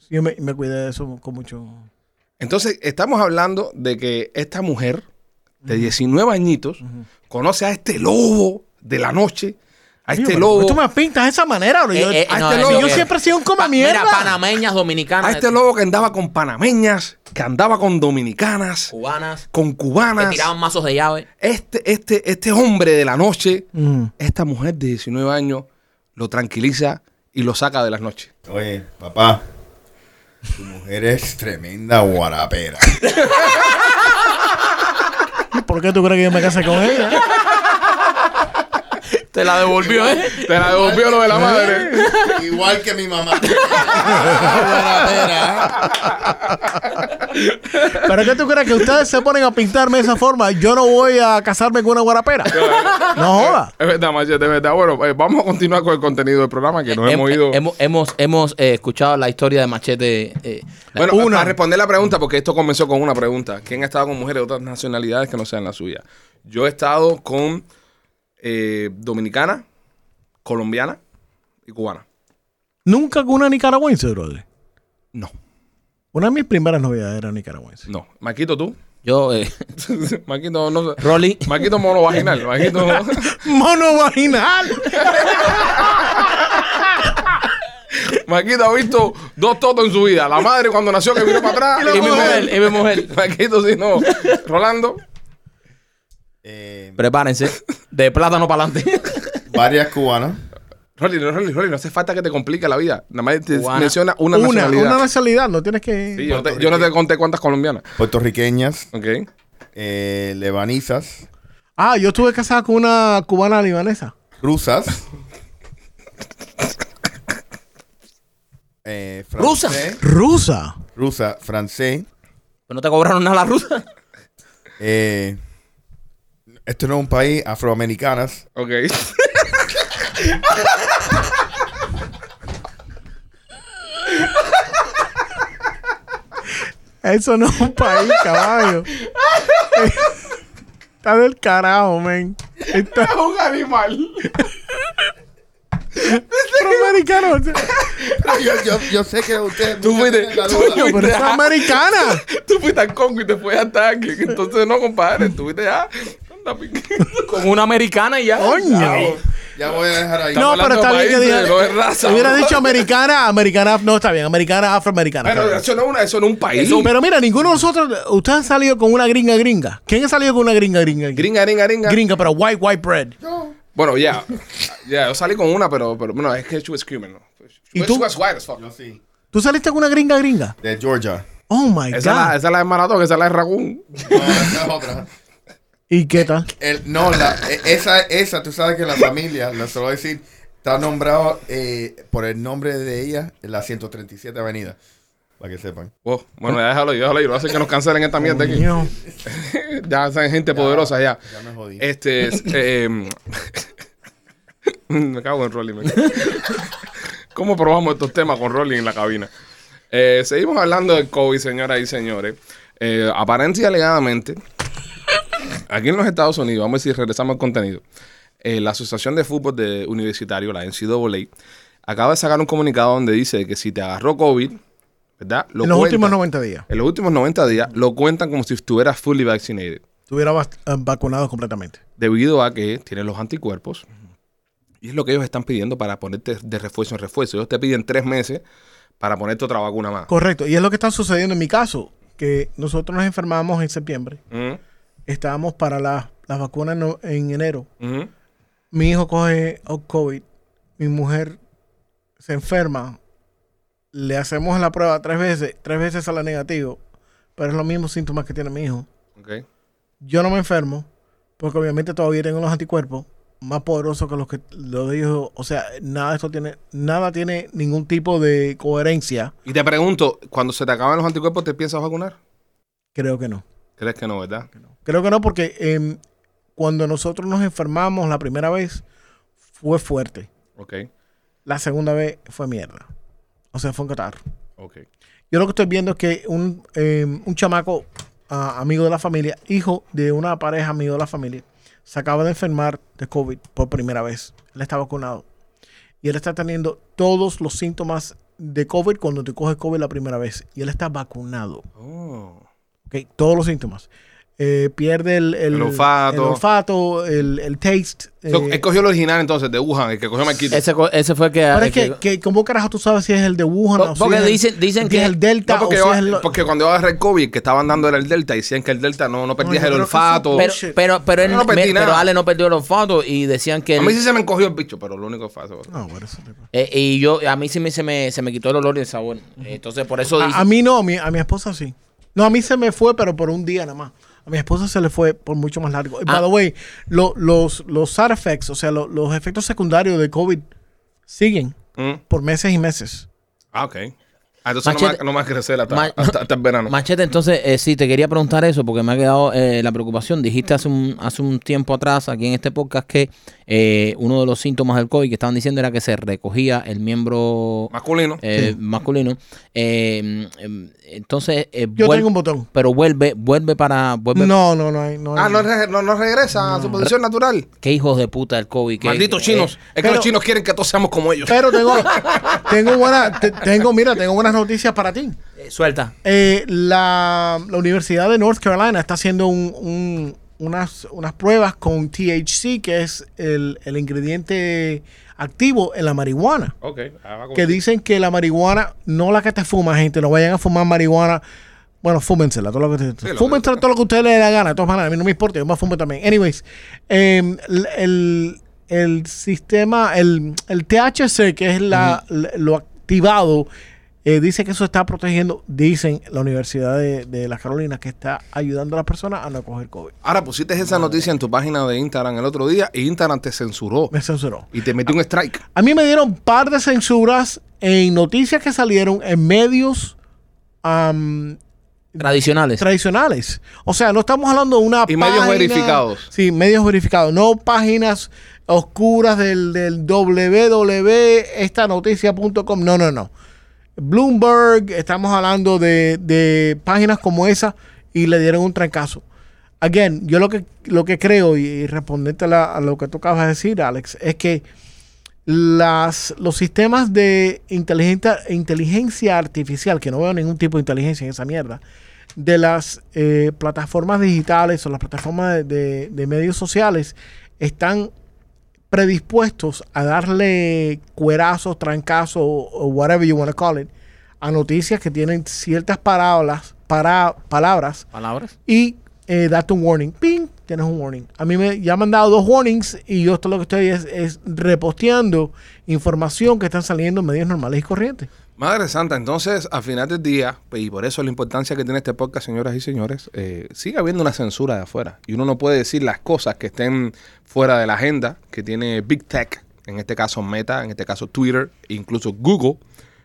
E: Yo me, me cuidé de eso con mucho.
A: Entonces, estamos hablando de que esta mujer de 19 añitos conoce a este lobo de la noche. A este
E: Oye,
A: lobo.
E: pero Tú me pintas de esa manera, bro. Yo,
C: Eh, eh,
E: a
C: no,
E: este
C: eh,
E: lobo-
C: no,
E: yo
C: eh.
E: siempre he sido un
C: Pa-
E: coma
C: mira,
E: mierda.
C: panameñas,
A: A
C: dominicanas,
A: este lobo que andaba con panameñas, que andaba con dominicanas,
E: Oh.
C: cubanas,
A: con
C: que
A: cubanas.
C: tiraban mazos de llave.
A: Este, este, este hombre de la noche,
E: Mm.
A: esta mujer de 19 años, lo tranquiliza y lo saca de las noches.
D: Oye, papá, tu mujer es tremenda guarapera.
E: ¿Por qué tú crees que yo me casé con ella?
C: Te la devolvió, ¿eh?
A: Te la devolvió lo de la madre.
D: Igual que mi mamá. guarapera.
E: ¿Pero qué tú crees que ustedes se ponen a pintarme de esa forma? Yo no voy a casarme con una guarapera. No joda.
A: Es verdad, Machete, es verdad. Bueno, eh, vamos a continuar con el contenido del programa que
E: Em,
A: nos hemos
C: Hem-
A: ido.
C: Hemos, hemos, hemos, eh, escuchado la historia de Machete. eh,
A: Bueno,
E: Una.
A: para responder la pregunta, porque esto comenzó con una pregunta. ¿Quién ha estado con mujeres de otras nacionalidades que no sean la suya? Yo he estado con eh, dominicana, colombiana y cubana.
E: Nunca con una nicaragüense, brother.
A: No,
E: Una de mis primeras novedades era nicaragüense.
A: no. Maquito, tú.
C: yo, eh,
A: Maquito, no sé.
C: Rolly,
A: Maquito mono vaginal. Maquito.
E: ¡Mono vaginal!
A: Maquito ha visto dos totos en su vida. La madre cuando nació que vino para atrás.
C: y mi mujer, y mi mujer.
A: Maquito, sí, no. Rolando.
D: Eh,
C: Prepárense. De plátano para adelante.
D: varias cubanas.
A: Rolly, no, Rolly, Rolly, no hace falta que te complique la vida. Nada más te
C: Cubana.
A: menciona una,
E: Una,
A: nacionalidad.
E: una nacionalidad, no tienes que.
A: Sí, yo, no te, yo no te conté cuántas colombianas.
D: puertorriqueñas,
A: Ok.
D: eh, lebanizas,
E: Ah, yo estuve casada con una cubana libanesa.
D: rusas. eh,
C: Rusa.
D: francés,
E: Rusa.
D: Rusa, francés.
C: ¿No te cobraron nada la rusa?
D: eh, esto no es un país, afroamericanas.
A: Ok.
E: Eso no es un país, caballo. Está del carajo, men. Está
A: un animal.
E: americano. o sea,
D: yo, yo- yo sé que ustedes...
A: Tú
D: muchos
A: fuiste-
D: tienen la
A: tú
D: duda.
A: fuiste-
E: Pero es americana.
A: Tú fuiste al Congo y te fue a tanque. Entonces, no, compadre, estuviste ya.
C: Como una americana y ya.
E: Coño.
D: Ya voy a dejar ahí.
E: No, pero está bien que diga.
A: No es raza.
E: Si hubiera dicho americana, americana. No, está bien, americana, afroamericana. está
A: Pero
E: bien.
A: eso no es, una- eso no es un país.
E: Pero mira, ninguno de nosotros. Ustedes han salido con una gringa gringa. ¿Quién ha salido con una gringa gringa?
A: Gringa, gringa, gringa.
E: Gringa, pero white, white bread.
A: Bueno, ya. Ya, yo salí con una, pero, pero bueno, es que she was Cuban, ¿no?
E: ¿Y
A: She
E: tú?
A: was white as fuck.
D: Yo sí.
E: ¿Tú saliste con una gringa gringa?
D: De Georgia.
E: Oh my
A: Esa es, la, esa
E: God.
A: es la de Maratón, esa es la de Raccoon.
D: No, esa es otra.
E: ¿Y qué tal?
D: El- no, la, e- esa, esa, tú sabes que la familia, la se lo voy a decir, está- Está nombrado eh, por el nombre de ella en la 137 Avenida. Para que sepan.
A: Oh, bueno, ya déjalo ir, déjalo ir. Lo hacen que nos cancelen esta mierda aquí.
E: Coño.
A: ya son gente poderosa ya.
D: Ya me jodí.
A: Este, es, eh, me cago en Rolly. me cago. ¿Cómo probamos estos temas con Rolly en la cabina? Eh, seguimos hablando del COVID, señoras y señores. Eh, aparente y alegadamente, aquí en los Estados Unidos, vamos a decir, regresamos al contenido. eh, la Asociación de Fútbol de Universitario, la NCAA, acaba de sacar un comunicado donde dice que si te agarró COVID, ¿verdad? Lo
E: en los últimos
A: cuentan-
E: 90 días.
A: en los últimos 90 días lo cuentan como si estuvieras fully vaccinated
E: Estuviera vac- eh, vacunado completamente.
A: debido a que tienes los anticuerpos. Y es lo que ellos están pidiendo para ponerte de refuerzo en refuerzo. Ellos te piden tres meses para ponerte otra vacuna más.
E: Correcto. Y es lo que está sucediendo en mi caso, que nosotros nos enfermamos en septiembre.
A: Ujú,
E: Estábamos para la- las vacunas en no- en enero.
A: ujú.
E: Mi hijo coge o- COVID. Mi mujer se enferma. Le hacemos la prueba tres veces. Tres veces sale negativo. Pero es los mismos síntomas que tiene mi hijo.
A: Ok.
E: Yo no me enfermo, porque obviamente todavía tengo los anticuerpos más poderosos que los que lo dijo. O sea, nada de esto tiene, nada tiene ningún tipo de coherencia.
A: Y te pregunto, cuando se te acaban los anticuerpos, ¿te piensas vacunar?
E: Creo que no.
A: ¿Crees que no, verdad?
E: Creo que no, porque em, cuando nosotros nos enfermamos la primera vez fue fuerte.
A: Ok,
E: La segunda vez fue mierda. O sea, fue un catarro.
A: ok.
E: Yo lo que estoy viendo es que un, eh, un chamaco ah, amigo de la familia, hijo de una pareja amigo de la familia, se acaba de enfermar de COVID por primera vez. Él está vacunado. Y él está teniendo todos los síntomas de COVID cuando te coge COVID la primera vez. Y él está vacunado.
A: Oh,
E: ¿ok? Todos los síntomas. Eh, pierde el,
A: El olfato.
E: El, olfato, el- el taste.
A: So,
E: eh,
A: él cogió el original entonces de Wuhan, el que cogió Marquito.
C: Ese, co- ese fue el que.
E: pero
C: el
E: es que,
C: que-
E: que ¿cómo carajo tú sabes si es el de Wuhan?
C: Po-
E: o si
C: porque
E: es el-
C: dicen- dicen
E: si
C: que-
E: es el Delta
A: No, porque,
E: o si
A: yo-
E: es el...
A: porque cuando yo agarré el COVID, que estaban dando era el Delta, y decían que el Delta no, no perdías
E: yo
A: el
E: creo que eso-
A: olfato.
C: pero,
E: shit.
C: pero, pero, él-
A: Yo no perdí
C: me- pero
A: nada.
C: Ale no perdió los fotos y decían que.
A: A
C: él-
A: mí sí se me encogió el bicho, pero lo único que fue eso.
E: No, bueno, eso te-
C: eh, y yo, a mí sí me, se, me, se me quitó el olor y el sabor. Entonces, por eso. dice-
E: A, a mí no, a mi, a mi esposa sí. No, a mí se me fue, pero por un día nada más. A mi esposa se le fue por mucho más largo. Y, By
C: Ah.
E: the way, lo- los, los side effects, o sea, lo- los efectos secundarios de COVID siguen
A: Mm.
E: por meses y meses.
A: Ah, ok. Ah, entonces no me va-
C: Machete-
A: no me va a crecer hasta,
C: Ma-
A: hasta- hasta el verano.
C: Machete, entonces, eh, sí, te quería preguntar eso porque me ha quedado eh, la preocupación. Dijiste hace un, hace un tiempo atrás aquí en este podcast que eh, uno de los síntomas del COVID que estaban diciendo era que se recogía el miembro
A: Masculino.
C: eh, masculino. Eh, em, entonces, eh,
E: Yo
C: vuel-
E: tengo un botón.
C: pero vuelve, vuelve para... Vuelve
E: No, no, no hay. No hay-
A: ah, no, re- no, no regresa a su posición natural.
C: ¿Qué hijos de puta el COVID? Mm, que-
A: Malditos
C: eh,
A: chinos. es que
E: pero-
A: los chinos quieren que todos seamos como ellos.
E: Pero tengo, tengo buena, te- tengo, mira, tengo buenas noticias para ti.
C: eh, suelta.
E: Eh, la, la Universidad de North Carolina está haciendo un- un- unas, unas pruebas con THC, que es el, el ingrediente activo en la marihuana.
A: ok. ah,
E: Que dicen que la marihuana, no la que te fuma, gente, no vayan a fumar marihuana. Bueno, fúmensela, todo lo que,
A: lo que-
E: fúmensela todo lo que a ustedes les dé la gana. De todas maneras, a mí no me importa, yo me fumo también. Anyways, eh, el, el- el sistema, el, el THC, que es la, l- lo activado, eh, dice que eso está protegiendo, dicen la Universidad de, de las Carolinas, que está ayudando a las personas a no coger COVID.
A: Ahora pusiste esa noticia en tu página de Instagram el otro día y Instagram te censuró
E: Me censuró.
A: y te metió un strike.
E: A mí me dieron par de censuras en noticias que salieron en medios am,
C: Tradicionales.
E: tradicionales. O sea, no estamos hablando de una
A: Y medios verificados.
E: Sí, medios verificados. No páginas oscuras del, del E, www.estanoticia.com. No, no, no. Bloomberg, estamos hablando de, de páginas como esa y le dieron un trancazo. Again, yo lo que, lo que creo, y, y responderte a, la- a lo que tú acabas de decir, Alex, es que las, los sistemas de inteligencia, inteligencia artificial, que no veo ningún tipo de inteligencia en esa mierda, de las eh, plataformas digitales o las plataformas de, de- de medios sociales están predispuestos a darle cuerazos, trancazos o, o whatever you want to call it a noticias que tienen ciertas palabras, para, palabras
C: Palabras.
E: y eh, date un warning. Ping, tienes un warning. A mí me, ya me han dado dos warnings y yo esto lo que estoy es, es reposteando información que están saliendo en medios normales y corrientes.
A: Madre Santa, entonces al final del día, pues, y por eso la importancia que tiene este podcast, señoras y señores, eh, sigue habiendo una censura de afuera. Y uno no puede decir las cosas que estén fuera de la agenda que tiene Big Tech en este caso Meta, en este caso Twitter, incluso Google.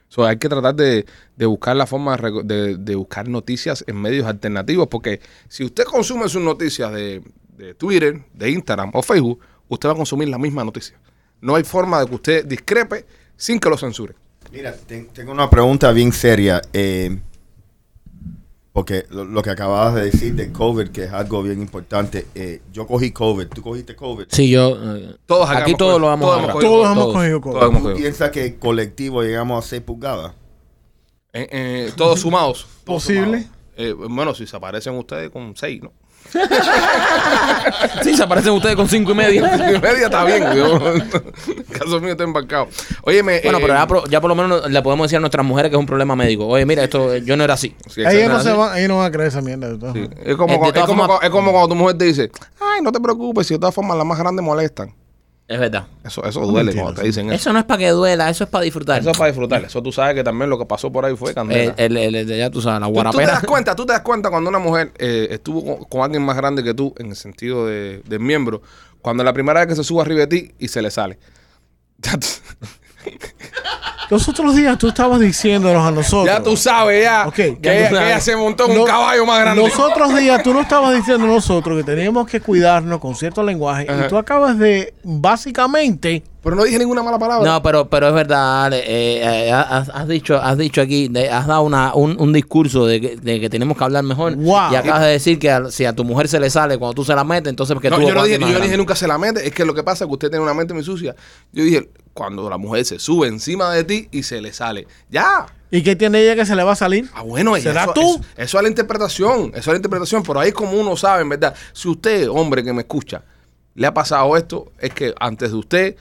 A: So, hay que tratar de, de buscar la forma de, reco- de- de buscar noticias en medios alternativos, porque si usted consume sus noticias de, de Twitter, de Instagram o Facebook, usted va a consumir la misma noticia. No hay forma de que usted discrepe sin que lo censuren.
D: Mira, ten- tengo una pregunta bien seria. eh, porque lo, lo que acababas de decir de COVID, que es algo bien importante. eh, yo cogí COVID, tú cogiste COVID.
C: Sí, yo. eh,
A: Todos acá
C: aquí
A: hemos
C: todos
A: cogido-
C: lo vamos
A: todos hemos
C: a hablar.
A: cogido-
E: Todos hemos
C: todos.
E: cogido
A: Todos
E: COVID.
A: hemos
D: ¿Tú
A: cogido.
D: piensas que colectivo llegamos a 6 pulgadas?
A: Eh, eh, todos sumados.
E: Posible.
A: Eh, bueno, si se aparecen ustedes con seis, ¿no?
C: Sí, se aparecen ustedes con cinco y medio.
A: Y media está bien, yo, caso mío está embarcado. Óyeme,
C: Bueno,
A: eh,
C: pero ya, pro- ya por lo menos le podemos decir a nuestras mujeres que es un problema médico. Oye, mira, esto eh, yo no era así.
A: sí,
E: Ellos no,
A: exacto.
E: se van, ellos no van a creer esa mierda. de todas
A: Sí,
E: maneras.
A: Es como,
C: Eh, de
A: cuando- es,
C: todas
A: como,
C: formas-
A: cu- es como cuando tu mujer te dice, ay, no te preocupes, si de todas formas las más grandes molestan.
C: Es verdad.
A: Eso, eso duele
E: entiendo,
A: cuando te dicen eso.
C: Eso no es para que duela, eso es Eh, para disfrutar.
A: Eso es para disfrutar. Eso tú sabes que también lo que pasó por ahí fue candela.
C: El- el- el- el- ya tú sabes, la
A: Tú- tú, te
C: guarapera.
A: das cuenta, tú te das cuenta cuando una mujer eh, estuvo con, con alguien más grande que tú en el sentido de, de miembro, cuando la primera vez que se sube arriba de ti y se le sale. Ya tú,
E: Los otros días tú estabas diciéndonos a nosotros.
A: ya tú sabes ya
E: Ok,
A: que,
E: ya tú
A: ella,
C: sabes.
A: que ella se montó en
E: No-
A: un caballo más grande.
E: Los otros días tú no estabas diciendo a nosotros que teníamos que cuidarnos con cierto lenguaje
A: Ajá.
E: y tú acabas de básicamente
A: Pero no dije ninguna mala palabra.
C: No, pero, pero es verdad, Ale, eh, eh, has, has dicho, has dicho aquí, de- has dado una, un, un discurso de que, de que tenemos que hablar mejor.
E: Wow.
C: Y acabas de decir que a- si a tu mujer se le sale cuando tú se la metes, entonces que
A: No,
C: tú
A: yo no
C: vas a
A: dije,
C: ser más
A: yo no dije
C: grande.
A: nunca se la mete. Es que lo que pasa es que usted tiene una mente muy sucia. Yo dije, cuando la mujer se sube encima de ti y se le sale. Ya.
E: ¿y qué tiene ella que se le va a salir?
A: Ah, bueno, y
E: ¿Será
A: eso,
E: tú?
A: Eso, eso es la interpretación. Eso es la interpretación. Pero ahí es como uno sabe, en verdad. Si usted, hombre que me escucha, le ha pasado esto, es que antes de usted,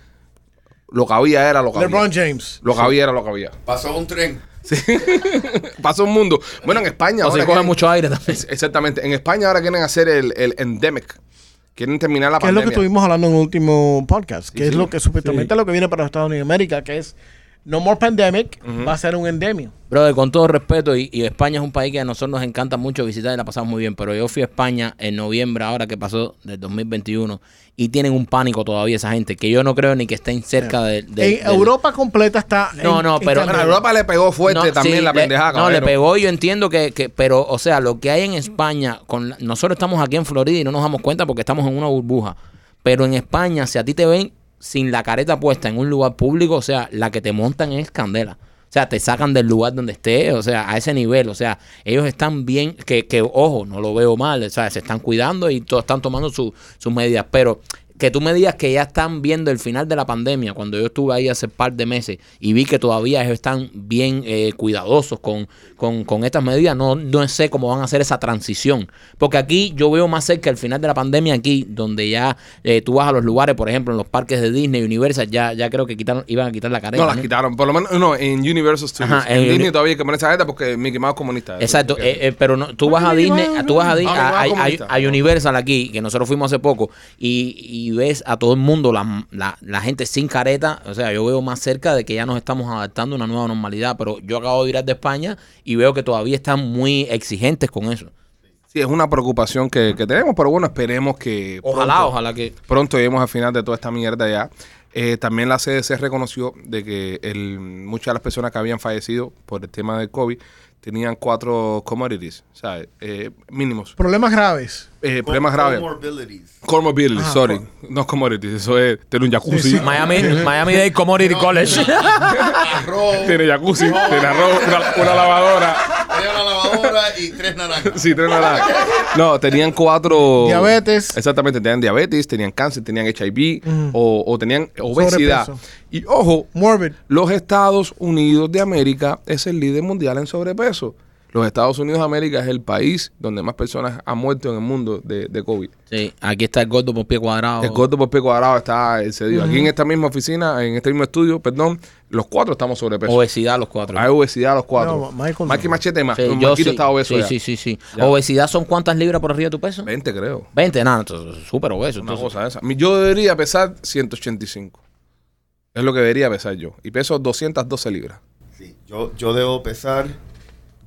A: lo que había era lo que
E: LeBron
A: había.
E: James.
A: Lo que había era lo que había.
D: Pasó un tren.
A: Pasó un mundo. Bueno, en España.
C: O
A: ahora
C: si coge
A: quieren-
C: mucho aire también.
A: Ex- Exactamente. En España ahora quieren hacer el, el endemic. Quieren terminar la
E: Que es lo
A: pandemia.
E: que estuvimos hablando en el último podcast, que es
A: sí.
E: lo que supuestamente es lo que viene para Estados Unidos y América, que es No More Pandemic, va a ser un endemio.
C: Brother, con todo respeto, y, y España es un país que a nosotros nos encanta mucho visitar y la pasamos muy bien, pero yo fui a España en noviembre, ahora que pasó del 2021, y tienen un pánico todavía esa gente, que yo no creo ni que estén cerca de... de-
E: en
C: del-
E: Europa completa está.
C: No,
E: en-
C: no,
E: en
A: Bueno,
C: pero-
A: a
E: cambio.
A: Europa le pegó fuerte
C: No,
A: también
C: sí,
A: la
C: le-
A: pendejada.
C: No, le
A: caballero.
C: pegó y yo entiendo que, que- pero, o sea, lo que hay en España, con la- nosotros estamos aquí en Florida y no nos damos cuenta porque estamos en una burbuja, pero en España, si a ti te ven sin la careta puesta en un lugar público, o sea, la que te montan es candela. O sea, te sacan del lugar donde estés, o sea, a ese nivel. O sea, ellos están bien, que, que ojo, no lo veo mal, o sea, se están cuidando y todos están tomando su- sus medidas. Pero que tú me digas que ya están viendo el final de la pandemia, cuando yo estuve ahí hace par de meses y vi que todavía ellos están bien eh, cuidadosos con, con, con estas medidas, no, no sé cómo van a hacer esa transición. Porque aquí yo veo más cerca el final de la pandemia, aquí donde ya eh, tú vas a los lugares, por ejemplo, en los parques de Disney, Universal, ya, ya creo que quitaron, iban a quitar la careta.
A: No, las
C: ¿no?
A: quitaron. Por lo menos, no, en Universal Studios.
C: Ajá,
A: en
C: en
A: Disney
C: Uni-
A: todavía hay que poner esa gente porque Mickey Mouse es comunista. Eso
C: Exacto,
A: es lo que-
C: eh, eh, pero no, tú vas a Disney, tú vas a, Di-
A: Vamos,
C: a-
A: vamos,
C: a- a-
A: comunista.
C: a Universal aquí, que nosotros fuimos hace poco, y, y ves a todo el mundo, la, la- la gente sin careta, o sea, yo veo más cerca de que ya nos estamos adaptando a una nueva normalidad, pero yo acabo de ir de España y veo que todavía están muy exigentes con eso.
A: sí, es una preocupación que, que tenemos, pero bueno, esperemos que
C: Ojalá,
A: pronto,
C: ojalá que...
A: pronto lleguemos al final de toda esta mierda ya. Eh, también la CDC reconoció de que el, muchas de las personas que habían fallecido por el tema del COVID tenían cuatro commodities, ¿sabes? Eh, mínimos.
E: Problemas graves.
A: Eh, problemas graves.
D: Comorbidities.
A: Comorbidities,
E: Ajá,
A: sorry. No commodities, eso es tener un jacuzzi.
E: Sí, sí.
C: Miami, Miami Dade Commodity College.
D: Arroz.
A: Tiene jacuzzi, tiene arroz, una- una lavadora.
D: Hay una lavadora y tres naranjas.
A: Sí, tres naranjas. No, tenían cuatro.
E: Diabetes. Mm.
A: Exactamente, tenían diabetes, tenían cáncer, tenían HIV o, o tenían obesidad.
E: Sobrepeso.
A: Y ojo,
E: Morbid.
A: los Estados Unidos de América es el líder mundial en sobrepeso. Los Estados Unidos de América es el país donde más personas han muerto en el mundo de, de COVID.
C: Sí, aquí está el gordo por pie cuadrado.
E: Oh.
A: El gordo por pie cuadrado está excedido. Aquí en esta misma oficina, en este mismo estudio, perdón, los cuatro estamos sobrepeso.
C: Obesidad los cuatro.
A: Hay obesidad los cuatro.
E: No, Michael no.
A: Mikey Machete más.
C: Sí, yo
A: Marquito
C: sí,
A: está obeso
C: sí,
A: ya.
C: sí, sí, sí.
A: Ya.
C: ¿Obesidad son cuántas libras por arriba de tu peso?
A: 20 creo.
C: 20, nada, entonces, súper obeso.
A: Una
C: entonces.
A: cosa esa. Mi- Yo debería pesar 185. Es lo que debería pesar yo. Y peso 212 libras.
D: Sí, yo, yo debo pesar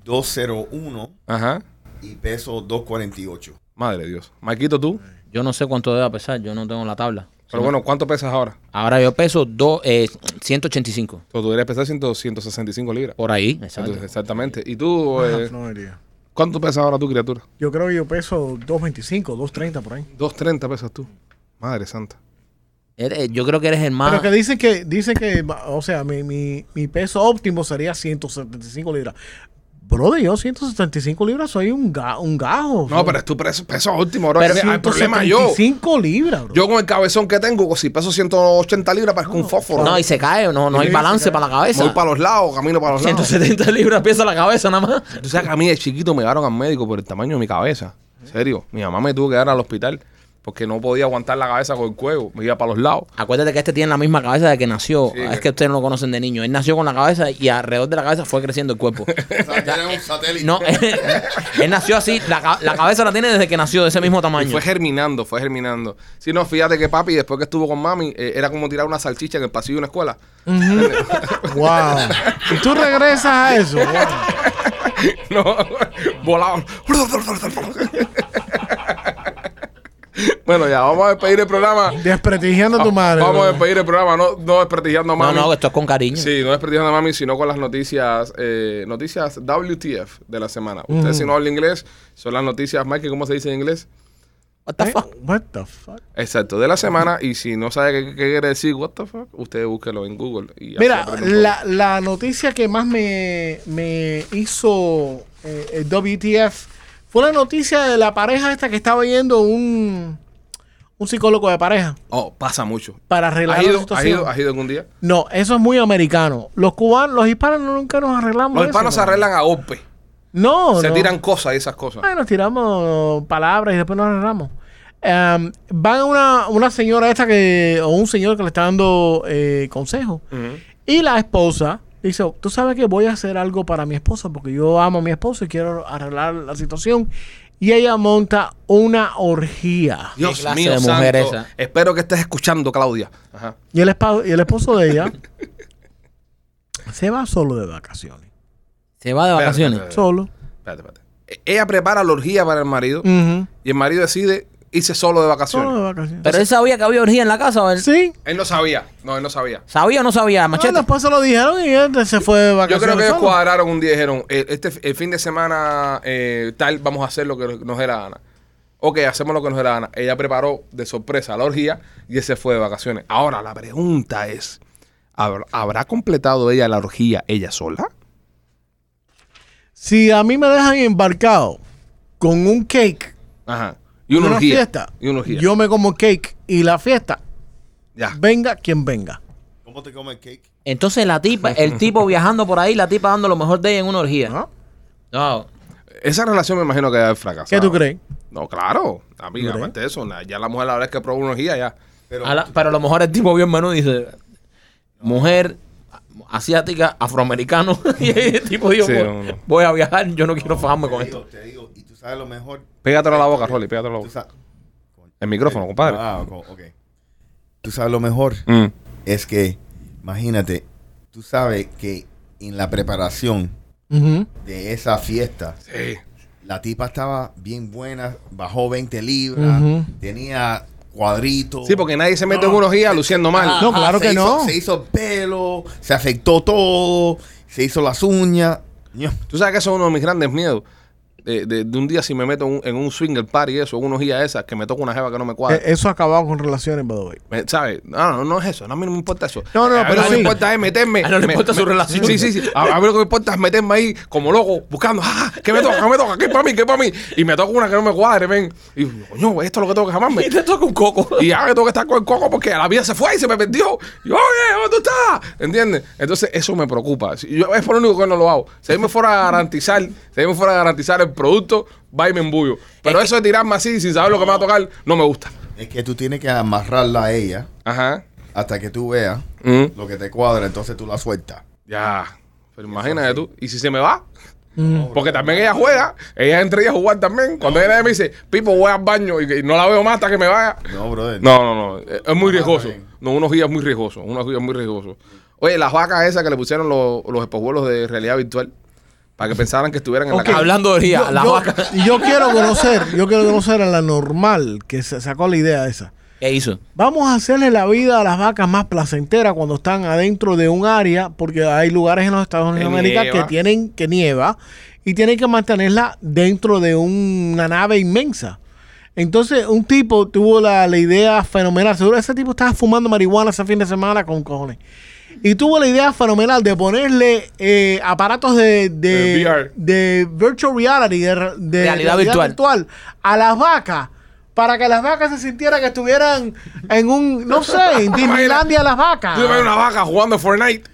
D: 201
A: Ajá.
D: y peso 248.
A: Madre de Dios. Maquito, tú.
C: Yo no sé cuánto debe pesar, yo no tengo la tabla.
A: Pero bueno, ¿cuánto pesas ahora?
C: Ahora yo peso dos, eh, 185.
A: Tú deberías pesar 100 165 libras.
C: Por ahí, exacto.
A: Entonces, exactamente. ¿Y tú eh,
E: No, idea.
A: cuánto pesas ahora tú, criatura?
E: Yo creo que yo peso 2.25, 2.30 por ahí.
A: 230 pesas tú. Madre santa.
C: Eres- eh, yo creo que eres el más.
E: Pero que dicen que, dicen que va- o sea, mi, mi, mi peso óptimo sería 175 libras. Brother, yo 175 libras soy un, ga- un gajo.
A: No, pero es tu preso- peso óptimo, bro.
C: Pero
A: Ese- el problema es yo.
E: 175 libras, bro.
A: Yo con el cabezón que tengo, si peso 180 libras, parezco un fósforo.
C: No, y se cae, no, no hay balance para la
A: Me voy
C: cabeza.
A: para los lados, camino para los lados.
C: 170 libras pesa la cabeza nada más.
A: Tú sabes que a mí de chiquito me llevaron al médico por el tamaño de mi cabeza. En serio. Mi mamá me tuvo que dar al hospital porque no podía aguantar la cabeza con el cuello. Me iba para los lados.
C: Acuérdate que este tiene la misma cabeza de que nació. Ah,
A: Sí,
C: es
A: que-
C: que ustedes no lo conocen de niño. Él nació con la cabeza y alrededor de la cabeza fue creciendo el cuerpo.
D: un satélite.
C: No, eh. él, nació así. La, ca- la cabeza la tiene desde que nació, de ese mismo
A: Y
C: tamaño.
A: fue germinando, fue germinando. Si no, fíjate que papi, después que estuvo con mami, eh, era como tirar una salchicha en el pasillo de una escuela.
E: Wow. Y tú regresas a eso. wow.
A: no, volaba. bueno, ya, vamos a despedir el programa.
E: Desprestigiando a tu madre.
A: Ah, Vamos a
E: bro.
A: despedir el programa, no, no desprestigiando a
C: no,
A: mami.
C: no, esto es con cariño.
A: Sí, no desprestigiando a mami, sino con las noticias, eh, noticias WTF de la semana. Usted
E: Mm.
A: si no habla inglés, son las noticias, Mike, ¿cómo se dice en inglés?
C: What the
E: Eh,
C: fuck?
E: What the fuck?
A: Exacto, de la semana. Y si no sabe qué, qué quiere decir, what the fuck, usted búsquelo en Google. Y así
E: Mira,
A: aprende un poco.
E: la, la noticia que más me, me hizo eh, el WTF fue la noticia de la pareja esta que estaba yendo un, un psicólogo de pareja
A: Oh, pasa mucho.
E: para arreglar
A: ¿Has
E: la
A: ido, has
E: situación.
A: ido, has ido algún día?
E: No, eso es muy americano. Los cubanos, los hispanos nunca nos arreglamos.
A: Los
E: eso,
A: hispanos se
E: ¿no?
A: arreglan a golpe.
E: No,
A: se
E: no.
A: tiran cosas y esas cosas.
E: Ay, nos tiramos palabras y después nos arreglamos. Em, van a una, una señora esta que, o un señor que le está dando eh, consejo. Y la esposa dice, "Oh, tú sabes que voy a hacer algo para mi esposa porque yo amo a mi esposo y quiero arreglar la situación. Y ella monta una orgía.
A: Dios
C: clase
A: mío,
C: de
A: santo.
C: mujer esa?
A: Espero que estés escuchando, Claudia. Ajá.
E: Y el, espa- y el esposo de ella se va solo de vacaciones.
C: Se va de
E: Ah,
C: vacaciones.
A: espérate.
E: Solo.
A: Espérate, espérate. E- Ella prepara la orgía para el marido
E: Ujú.
A: y el marido decide irse solo de vacaciones.
E: Solo de vacaciones.
C: Pero él sabía que había orgía en la casa. ¿o él?
E: sí.
A: Él no sabía. No, él no sabía.
C: ¿Sabía o no sabía,
E: Ah,
C: machete?
E: después se lo dijeron y él se fue de
A: Yo
E: vacaciones.
A: creo que ellos
E: solo.
A: cuadraron un día y dijeron, "Eh, este, f- el fin de semana eh, tal, vamos a hacer lo que nos dé la gana. Ok, hacemos lo que nos dé la gana. Ella preparó de sorpresa la orgía y él se fue de vacaciones. Ahora, la pregunta es, ¿hab- ¿habrá completado ella la orgía ella sola?
E: Si a mí me dejan embarcado con un cake,
A: Ajá. Y una,
E: una
A: orgía.
E: fiesta,
A: Y una orgía. Ah.
E: yo me como el cake y la fiesta,
A: ya.
E: venga quien venga.
D: ¿Cómo te come el cake?
C: Entonces la tipa, el tipo viajando por ahí, la tipa dando lo mejor de ella en una orgía.
E: ¿no?
C: No.
A: Esa relación me imagino que es fracasado.
E: ¿Qué tú crees?
A: No, claro. A mí,
E: ¿Tú crees?
A: aparte de eso, na- ya la mujer la verdad es que probó una orgía ya.
D: Pero,
C: A la- pero a lo mejor el tipo vio el menú y dice, mujer asiática, afroamericano. y el tipo dijo,
A: Sí,
C: voy,
A: no, no.
C: voy a viajar, yo no quiero fajarme con
D: te
C: esto.
D: digo, te digo, y tú sabes lo mejor.
A: Pégatelo a la boca, Rolly, pégatelo a la
D: tú
A: boca.
D: sa-
A: El micrófono, compadre.
D: Ah, ok, ok. Tú sabes lo mejor.
A: Mm.
D: es que, imagínate, tú sabes que en la preparación
E: Ujú.
D: de esa fiesta,
A: Sí.
D: la tipa estaba bien buena, bajó 20 libras,
E: Ujú.
D: tenía cuadritos. Ah,
A: Sí, porque nadie se mete
C: Ah.
A: en una orgía luciendo mal.
E: No, claro
D: se
E: que
D: hizo-
E: no.
D: Se hizo pelo, se afectó todo, se hizo las uñas. Ño.
A: Tú sabes que eso es uno de mis grandes miedos. De, de- de un día si me meto en un- en un swinger party, eso, una orgía esa, que me toca una jeva que no me cuadra.
E: Eh, Eso ha acabado con relaciones, by the way.
A: Me- ¿Sabes? No, no, no es eso. No, a mí no me importa eso.
E: No, no,
A: A mí lo
E: pero
A: que
E: sí.
A: me importa es meterme.
C: A él no le
A: me-
C: importa
A: me-
C: su relación.
A: Sí, sí, sí. A, a mí lo que me importa es meterme ahí como loco, buscando. ¡Ah! ¿Qué me toca? ¿Qué me toca? ¿Qué para mí? ¿Qué para mí? Y me toca una que no me cuadre, ven. Y digo, coño, esto es lo que tengo que jamarme.
C: Y te toca un coco.
A: Y ahora que tengo que estar con el coco porque la vida se fue y se me perdió. Y yo, oye, ¿dónde tú estás? ¿Entiendes? Entonces, eso me preocupa. Si Yo, es por lo único que no lo hago. Si a mí me fuera a garantizar, si a mí me fuera a garantizar el producto, va y me embullo. Pero eso de tirarme así sin saber lo que me va a tocar, no me gusta.
D: Es que tú tienes que amarrarla a ella
A: Ajá.
D: hasta que tú veas
A: Mm.
D: lo que te cuadra, entonces tú la sueltas.
A: Ya. Pero imagínate tú. ¿Y si se me va? Porque también ella juega, ella entra y a jugar también. Cuando ella me dice, Pipo, voy al baño y, y no la veo más hasta que me vaya.
D: No, brother.
A: No, no, no. Es es muy
D: Ah,
A: riesgoso.
D: está bien.
A: No, unos días muy riesgoso. Unos días muy riesgoso. Oye, las vacas esas que le pusieron los, los espejuelos de realidad virtual para que pensaran que estuvieran en
E: Ok.
A: la calle.
C: Hablando de orgía,
E: Yo-
C: la
E: yo,
C: vaca.
E: yo quiero conocer, yo quiero conocer a la normal que se sacó la idea esa.
C: ¿Qué hizo?
E: Vamos a hacerle la vida a las vacas más placentera cuando están adentro de un área, porque hay lugares en los Estados Unidos
A: Que
E: de América
A: nieva.
E: que tienen que nieva y tienen que mantenerla dentro de un- una nave inmensa. Entonces, un tipo tuvo la, la idea fenomenal. Seguro ese tipo estaba fumando marihuana ese fin de semana con cojones. Y tuvo la idea fenomenal de ponerle eh, aparatos de, de,
A: De VR.
E: de virtual reality, de, re- de
C: Realidad virtual.
E: virtual a las vacas para que las vacas se sintieran que estuvieran en un, no sé, en Disneylandia las vacas.
A: Tú te ves una vaca jugando Fortnite.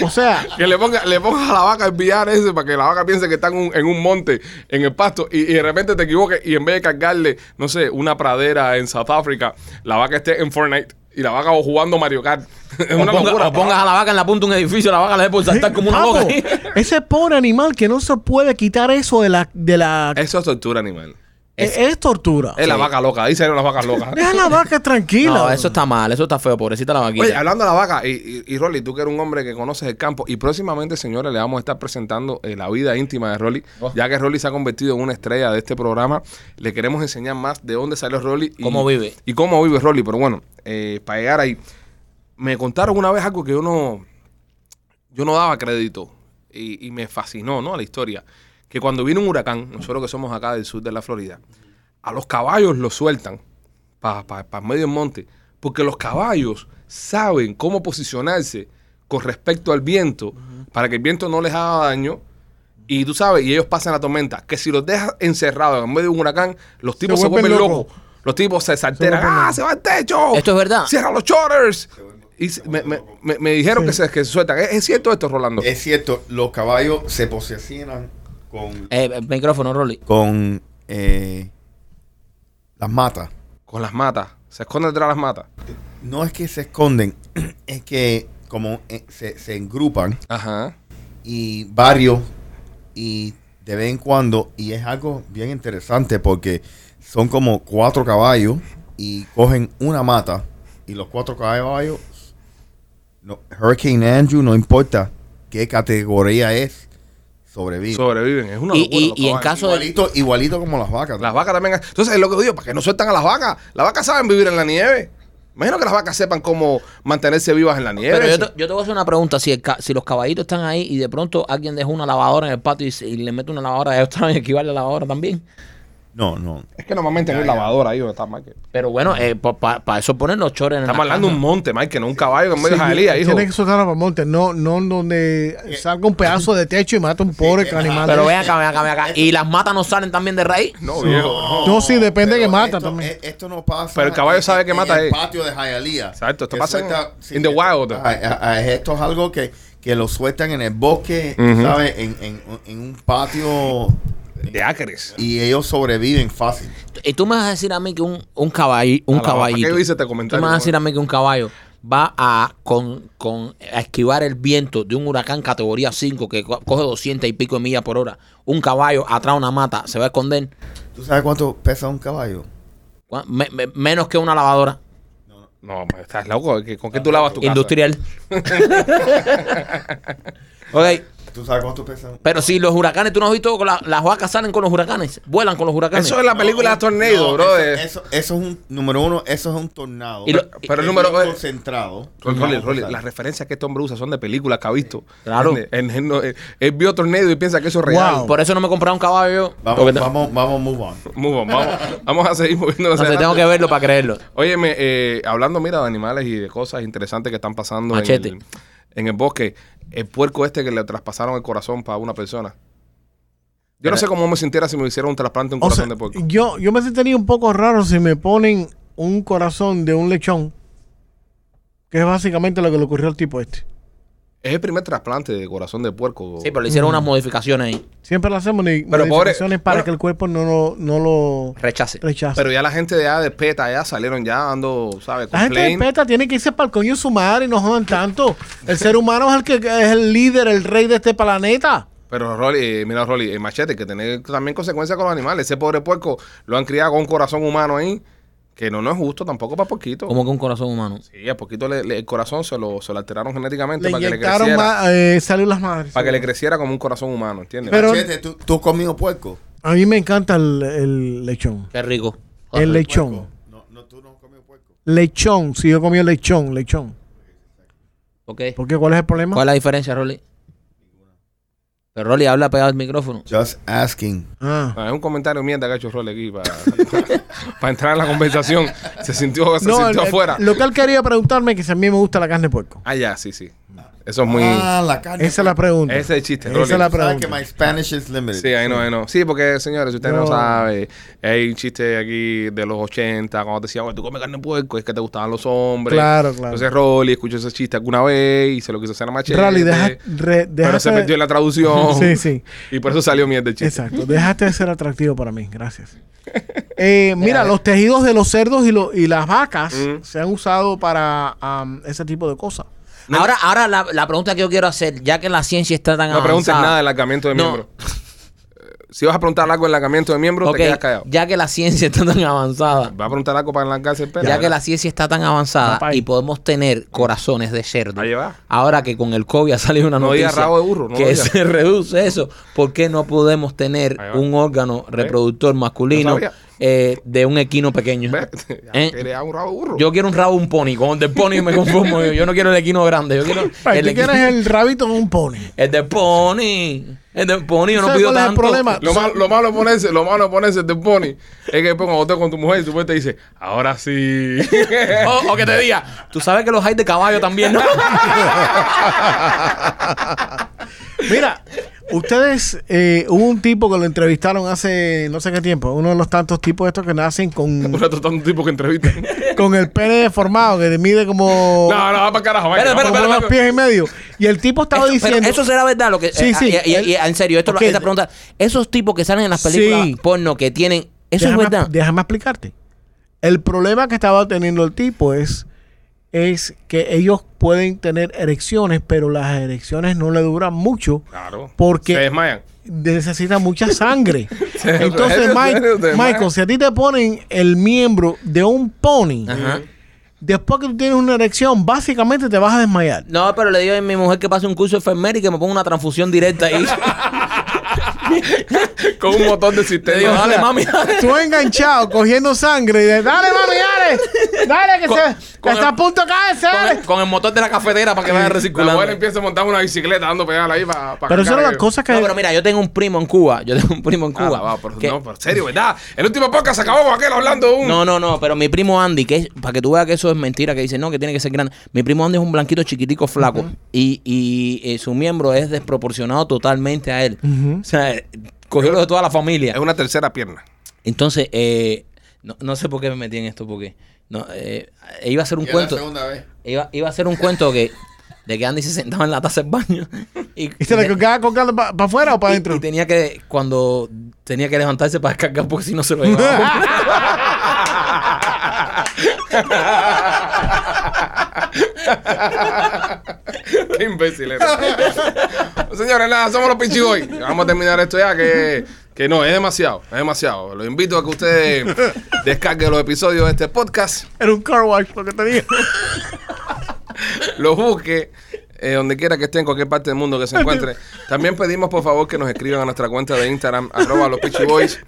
E: O sea,
A: Que le ponga, le ponga a la vaca el VR ese para que la vaca piense que está en un, en un monte, en el pasto, y, y de repente te equivoques y en vez de cargarle, no sé, una pradera en South Africa, la vaca esté en Fortnite y la vaca jugando Mario Kart. Es
C: O,
A: una
C: ponga-
A: locura.
C: o pongas a la vaca en la punta de un edificio, la vaca la deja por saltar como una
E: papo,
C: loca.
E: ese pobre animal que no se puede quitar eso de la... De la e-
A: Eso es tortura animal.
E: es, tortura.
A: Es la vaca loca, dicen las vacas locas.
E: Deja la vaca tranquila.
C: No, eso está mal, eso está feo, pobrecita la vaquita.
A: Oye, hablando de la vaca, y, y, y Rolly, tú que eres un hombre que conoces el campo, y próximamente, señores, le vamos a estar presentando eh, la vida íntima de Rolly,
C: Oh.
A: ya que Rolly se ha convertido en una estrella de este programa, le queremos enseñar más de dónde salió Rolly. Y,
C: Cómo vive.
A: Y cómo vive Rolly, pero bueno, eh, para llegar ahí, me contaron una vez algo que yo no, yo no daba crédito, y, y me fascinó, ¿no? La historia, que cuando viene un huracán, nosotros que somos acá del sur de la Florida, a los caballos los sueltan para medio del monte, porque los caballos saben cómo posicionarse con respecto al viento para que el viento no les haga daño. Y tú sabes, y ellos pasan la tormenta, que si los dejas encerrados en medio de un huracán, los tipos se,
E: vuelven
A: vuelven,
E: locos.
A: locos. Los tipos se salteran. ¡Ah, se va el techo!
C: Esto es verdad.
A: ¡Cierra los shutters! Y se- me, me- me- me dijeron que, se, que se sueltan. ¿Es, es cierto esto, Rolando?
D: Es cierto, los caballos se posesionan con,
C: Eh, el micrófono, Rolly.
D: con eh, las matas.
A: Con las matas. Se esconden detrás de las matas.
D: No es que se esconden, es que como eh, se, se engrupan
A: Ajá.
D: y varios y de vez en cuando y es algo bien interesante porque son como cuatro caballos y cogen una mata y los cuatro caballos no, Hurricane Andrew no importa qué categoría es sobrevive
A: Sobreviven. Es una
C: Y-
A: locura
C: y-
A: los
C: y en
A: caballos.
C: caso de-
D: igualito igualito como las vacas
A: Las vacas también. Entonces, es lo que digo, para que no sueltan a las vacas. Las vacas saben vivir en la nieve. Imagino que las vacas sepan cómo mantenerse vivas en la nieve.
C: Pero yo
A: Eso.
C: te, yo te voy a hacer una pregunta. Si, el ca- si los caballitos están ahí y de pronto alguien deja una lavadora en el patio y, se- y le mete una lavadora, ellos saben equivale a la lavadora también.
D: no no
A: Es que normalmente no hay lavadora ahí donde está Mike.
C: Pero bueno, eh, para eso ponen los chores en
A: Estamos
C: la
A: hablando de
C: caja.
A: un monte, Mike, no un caballo en medio de
E: Sí,
A: Jalía, hijo. Eh,
E: Tiene que soltarlo para el monte, no, no donde salga un pedazo de techo y mata a un pobre animal.
C: Pero ven acá, ven acá, ven acá. ¿Y las matas no salen también de raíz?
A: No, viejo. no.
E: no, sí, depende
D: Pero
E: que mata
D: esto,
E: también.
D: eh, Esto no pasa.
A: Pero el caballo
D: en-
A: sabe que
D: en
A: mata
D: el
A: él.
D: patio de Hialeah.
A: Exacto, esto
D: Que
A: pasa en-
D: suelta-
A: in the wild.
D: Esto, ah, ah, esto es algo que, que lo sueltan en el bosque,
A: Ujú.
D: ¿sabes? En, en- en un patio
A: De Acres.
D: y ellos sobreviven fácil.
C: Y tú me vas a decir a mí que un, un, caballi-
A: A
C: un
A: la vaca,
C: caballito.
A: ¿qué dice este comentario?
C: Tú me vas a decir a mí que un caballo va a, con, con, a esquivar el viento de un huracán categoría 5 que co- coge 200 y pico de millas por hora. Un caballo atrás de una mata se va a esconder
D: ¿Tú sabes cuánto pesa un caballo?
C: cua- me- me- menos que una lavadora
A: No, ma, estás loco. ¿Qué- ¿Con qué tú lavas tu casa?
C: industrial. ok,
D: ¿Tú sabes cuánto pesa un
C: pero si los huracanes, tú no has visto, que la- las vacas salen con los huracanes, vuelan con los huracanes.
A: Eso es la película de Tornado,
D: No,
A: bro. eh.
D: Eso, eso, eso es un número uno, eso es un tornado.
C: Y lo-
A: pero el
D: Es
A: número-
D: bien concentrado.
A: Rolly, Rolly, Rolly,
D: Vamos a
A: las referencias que este hombre usa son de películas que ha visto.
C: Claro.
A: Él, él no- él- él vio Tornado y piensa que eso es real.
E: Wow.
C: Por eso no me compré un caballo.
D: Vamos,
C: porque te-
D: vamos, vamos, move on.
A: Muy bueno, vamos, vamos a seguir moviéndonos.
C: no sé,
A: adelante.
C: tengo que verlo para creerlo.
A: Óyeme, eh, hablando, mira, de animales y de cosas interesantes que están pasando en
C: Machete.
A: el, en el bosque, el puerco este que le traspasaron el corazón para una persona. Yo no sé cómo me sintiera si me hicieran un trasplante de un
E: O
A: corazón
E: sea,
A: de puerco.
E: yo, yo me sentiría un poco raro si me ponen un corazón de un lechón, que es básicamente lo que le ocurrió al tipo este.
A: Es el primer trasplante de corazón de puerco.
C: Sí, pero le hicieron unas
A: Mm.
C: modificaciones ahí.
E: Siempre lo hacemos ni
A: Pero, pobre,
E: modificaciones para
A: bueno.
E: que el cuerpo no lo, no lo
C: Rechace.
E: rechace.
A: Pero ya la gente de allá de PETA ya salieron ya dando, ¿sabes?
E: la gente de
A: complaint.
E: PETA tiene que irse para el coño de su madre y no jodan tanto. El ser humano es el que es el líder, el rey de este planeta.
A: Pero Rolly, eh, mira Rolly, el machete, que tiene también consecuencias con los animales. Ese pobre puerco lo han criado con un corazón humano ahí, que no, no es justo tampoco para poquito.
C: Como que un corazón humano.
A: Sí, a poquito le- le- el corazón se lo, se lo alteraron genéticamente
E: Le
A: para que le
E: inyectaron
A: creciera.
E: más, eh, células madres.
A: Para que le creciera como un corazón humano, ¿entiendes?
E: Pero-
D: Machete, ¿tú, ¿Tú has comido puerco?
E: A mí me encanta el, el lechón.
C: Qué rico. Ah,
E: El lechón.
D: No, no, tú no has comido puerco.
E: lechón. Si yo comí lechón, lechón.
C: Ok.
E: ¿Por qué? ¿Cuál es el problema?
C: ¿Cuál es la diferencia, Rolly? Pero Rolly habla pegado al micrófono.
D: Just asking.
E: Ah.
A: Ah, es un comentario mierda que ha hecho Rolly aquí para, para entrar en la conversación. Se sintió, se
E: No, el-
A: sintió
E: el-
A: afuera.
E: lo que él quería preguntarme es que si a mí me gusta la carne de puerco.
A: Ah, ya, sí, sí. Eso es muy.
D: Ah, la carne.
E: Esa es la pregunta.
A: ese es el chiste,
E: Esa
A: Rolly.
E: es la
D: Sabes que
E: pregunta.
D: my Spanish is limited.
A: Sí, ahí no, ahí no. Sí, porque señores, si usted no,
E: No.
A: sabe, hay un chiste aquí de los 80, cuando te decían, "Oye, tú comes carne de puerco, es que te gustaban los hombres.
E: Claro, claro.
A: Entonces Rolly escuchó ese chiste alguna vez y se lo quiso hacer a Machete.
E: Rolly, deja, re-
A: pero
E: dejaste-
A: se perdió en la traducción.
E: Sí, sí.
A: Y por eso salió mierda el chiste.
E: Exacto, dejaste de ser atractivo para mí, gracias. Eh, mira, los tejidos de los cerdos y, lo- y las vacas
A: Mm.
E: se han usado para am, ese tipo de cosas.
C: Ahora, ahora la, la pregunta que yo quiero hacer, ya que la ciencia está tan
A: No preguntes
C: avanzada.
A: nada del alargamiento de
C: No.
A: miembro. Eh, Si vas a preguntar algo del alargamiento de miembro,
C: Ok,
A: te quedas callado.
C: ya que la ciencia está tan avanzada,
A: Va a preguntar algo para enlargarse el pelo.
C: ya que la ciencia está tan avanzada
E: Papá.
C: y podemos tener corazones de cerdo.
A: Ahí va.
C: Ahora que con el COVID ha salido una
A: No
C: noticia
A: digas rabo de burro, no lo
C: que
A: digas.
C: se reduce eso, ¿por qué no podemos tener
A: Ahí va.
C: un órgano reproductor masculino
A: No sabía.
C: eh, de un equino pequeño?
A: Ve,
C: ¿Eh?
A: que le da un rabo burro.
C: Yo quiero un rabo, un pony. Con el del pony me conformo yo. Yo no quiero el equino grande. Yo quiero
E: Ay,
C: el,
E: tú
C: equino-
E: quieres el rabito de un pony.
C: el del pony. El del pony. Yo no
E: ¿Sabes
C: pido
E: cuál es el
C: tanto.
E: problema?
A: Lo, mal- lo malo de ponerse, lo malo de ponerse de pony es que pongo usted con tu mujer y tu mujer te dice, ahora sí.
C: O, o que te diga, tú sabes que los hay de caballo también, ¿no?
E: Mira, ustedes, eh, hubo un tipo que lo entrevistaron hace no sé qué tiempo, uno de los tantos tipos estos que nacen con,
A: Una total un tipo que entrevista.
E: con el pene deformado, que mide como,
A: No, no, va para carajo. venga,
C: Espera,
A: vamos.
E: como
C: espera,
E: dos
C: espera.
E: pies y medio. Y el tipo estaba
C: Eso- pero
E: diciendo...
C: eso será verdad lo que
E: Sí,
C: eh,
E: sí,
C: y- y-
E: el-
C: y- en serio, esto
E: Ok.
C: lo, esta pregunta, esos tipos que salen en las películas
E: Sí.
C: porno que tienen, eso
E: déjame,
C: es verdad.
E: Déjame explicarte. El problema que estaba teniendo el tipo es, es que ellos pueden tener erecciones, pero las erecciones no le duran mucho
A: Claro.
E: Porque-
A: Se desmayan.
E: necesita mucha sangre.
A: ¿En
E: Entonces,
A: serio?
E: Mike-
A: ¿En serio? ¿Te
E: Michael,
A: imaginas?
E: si a ti te ponen el miembro de un pony,
C: Ajá.
E: después que tú tienes una erección, básicamente te vas a desmayar.
C: No, pero le digo a mi mujer que pase un curso de enfermería y que me ponga una transfusión directa ahí.
A: Con un montón de
C: Te digo,
A: sistemas.
C: dale, mami.
E: Tú enganchado, cogiendo sangre, y de, dale, mami, dale, dale, que
C: Con-
E: se,
C: con
E: está
C: el-
E: a punto de caerse,
C: Con
E: dale.
C: el, con el motor de la cafetera para que vaya
A: La mujer
C: recirculando.
A: empieza a montar una bicicleta dando pedal ahí para.
E: Pero eso eran las cosas que...
C: No, pero mira, yo tengo un primo en Cuba. Yo tengo un primo en Cuba. que-
A: Ah, no, pero serio, ¿verdad? El último podcast se acabó con aquel hablando de un.
C: No, no, no, pero mi primo Andy, que es- para que tú veas que eso es mentira, que dice no, que tiene que ser grande. Mi primo Andy es un blanquito chiquitico flaco y, y, eh, su miembro es desproporcionado totalmente a él. O sea, eh, cogió lo de toda la
A: Es
C: familia.
A: una tercera pierna.
C: Entonces, eh, no, no sé por qué me metí en esto, porque no, eh, iba a hacer un
D: Y es la
C: cuento.
D: segunda vez.
C: Iba, iba a hacer un cuento que de que Andy se sentaba en la taza del baño y,
E: ¿Y se la colgaba colgando para afuera o
C: y-
E: para adentro?
C: y tenía que, cuando tenía que levantarse para descargar, porque si no se lo llevaba.
A: Qué imbécil eres. Señores, nada, somos los pichigoy. Vamos a terminar esto ya, que, que no, es demasiado, es demasiado. Los invito a que ustedes descarguen los episodios de este podcast,
E: Era un car wash lo que tenía.
A: los busque. eh, donde quiera que estén, en cualquier parte del mundo que se encuentre. También pedimos, por favor, que nos escriban a nuestra cuenta de Instagram, arroba los pichiboys.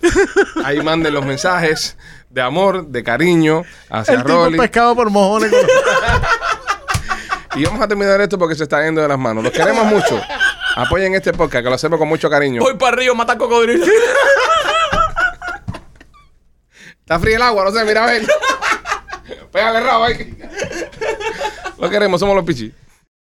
A: Ahí manden los mensajes de amor, de cariño hacia
E: El tipo
A: Rolly.
E: pescado por né? mojones.
A: Y vamos a terminar esto porque se está yendo de las manos. Los queremos mucho. Apoyen este podcast, que lo hacemos con mucho cariño.
C: Voy para el río a matar cocodrilo.
A: Está fría el agua, no sé, mira a ver. Pégale rabo ahí. Lo queremos, somos los pichis.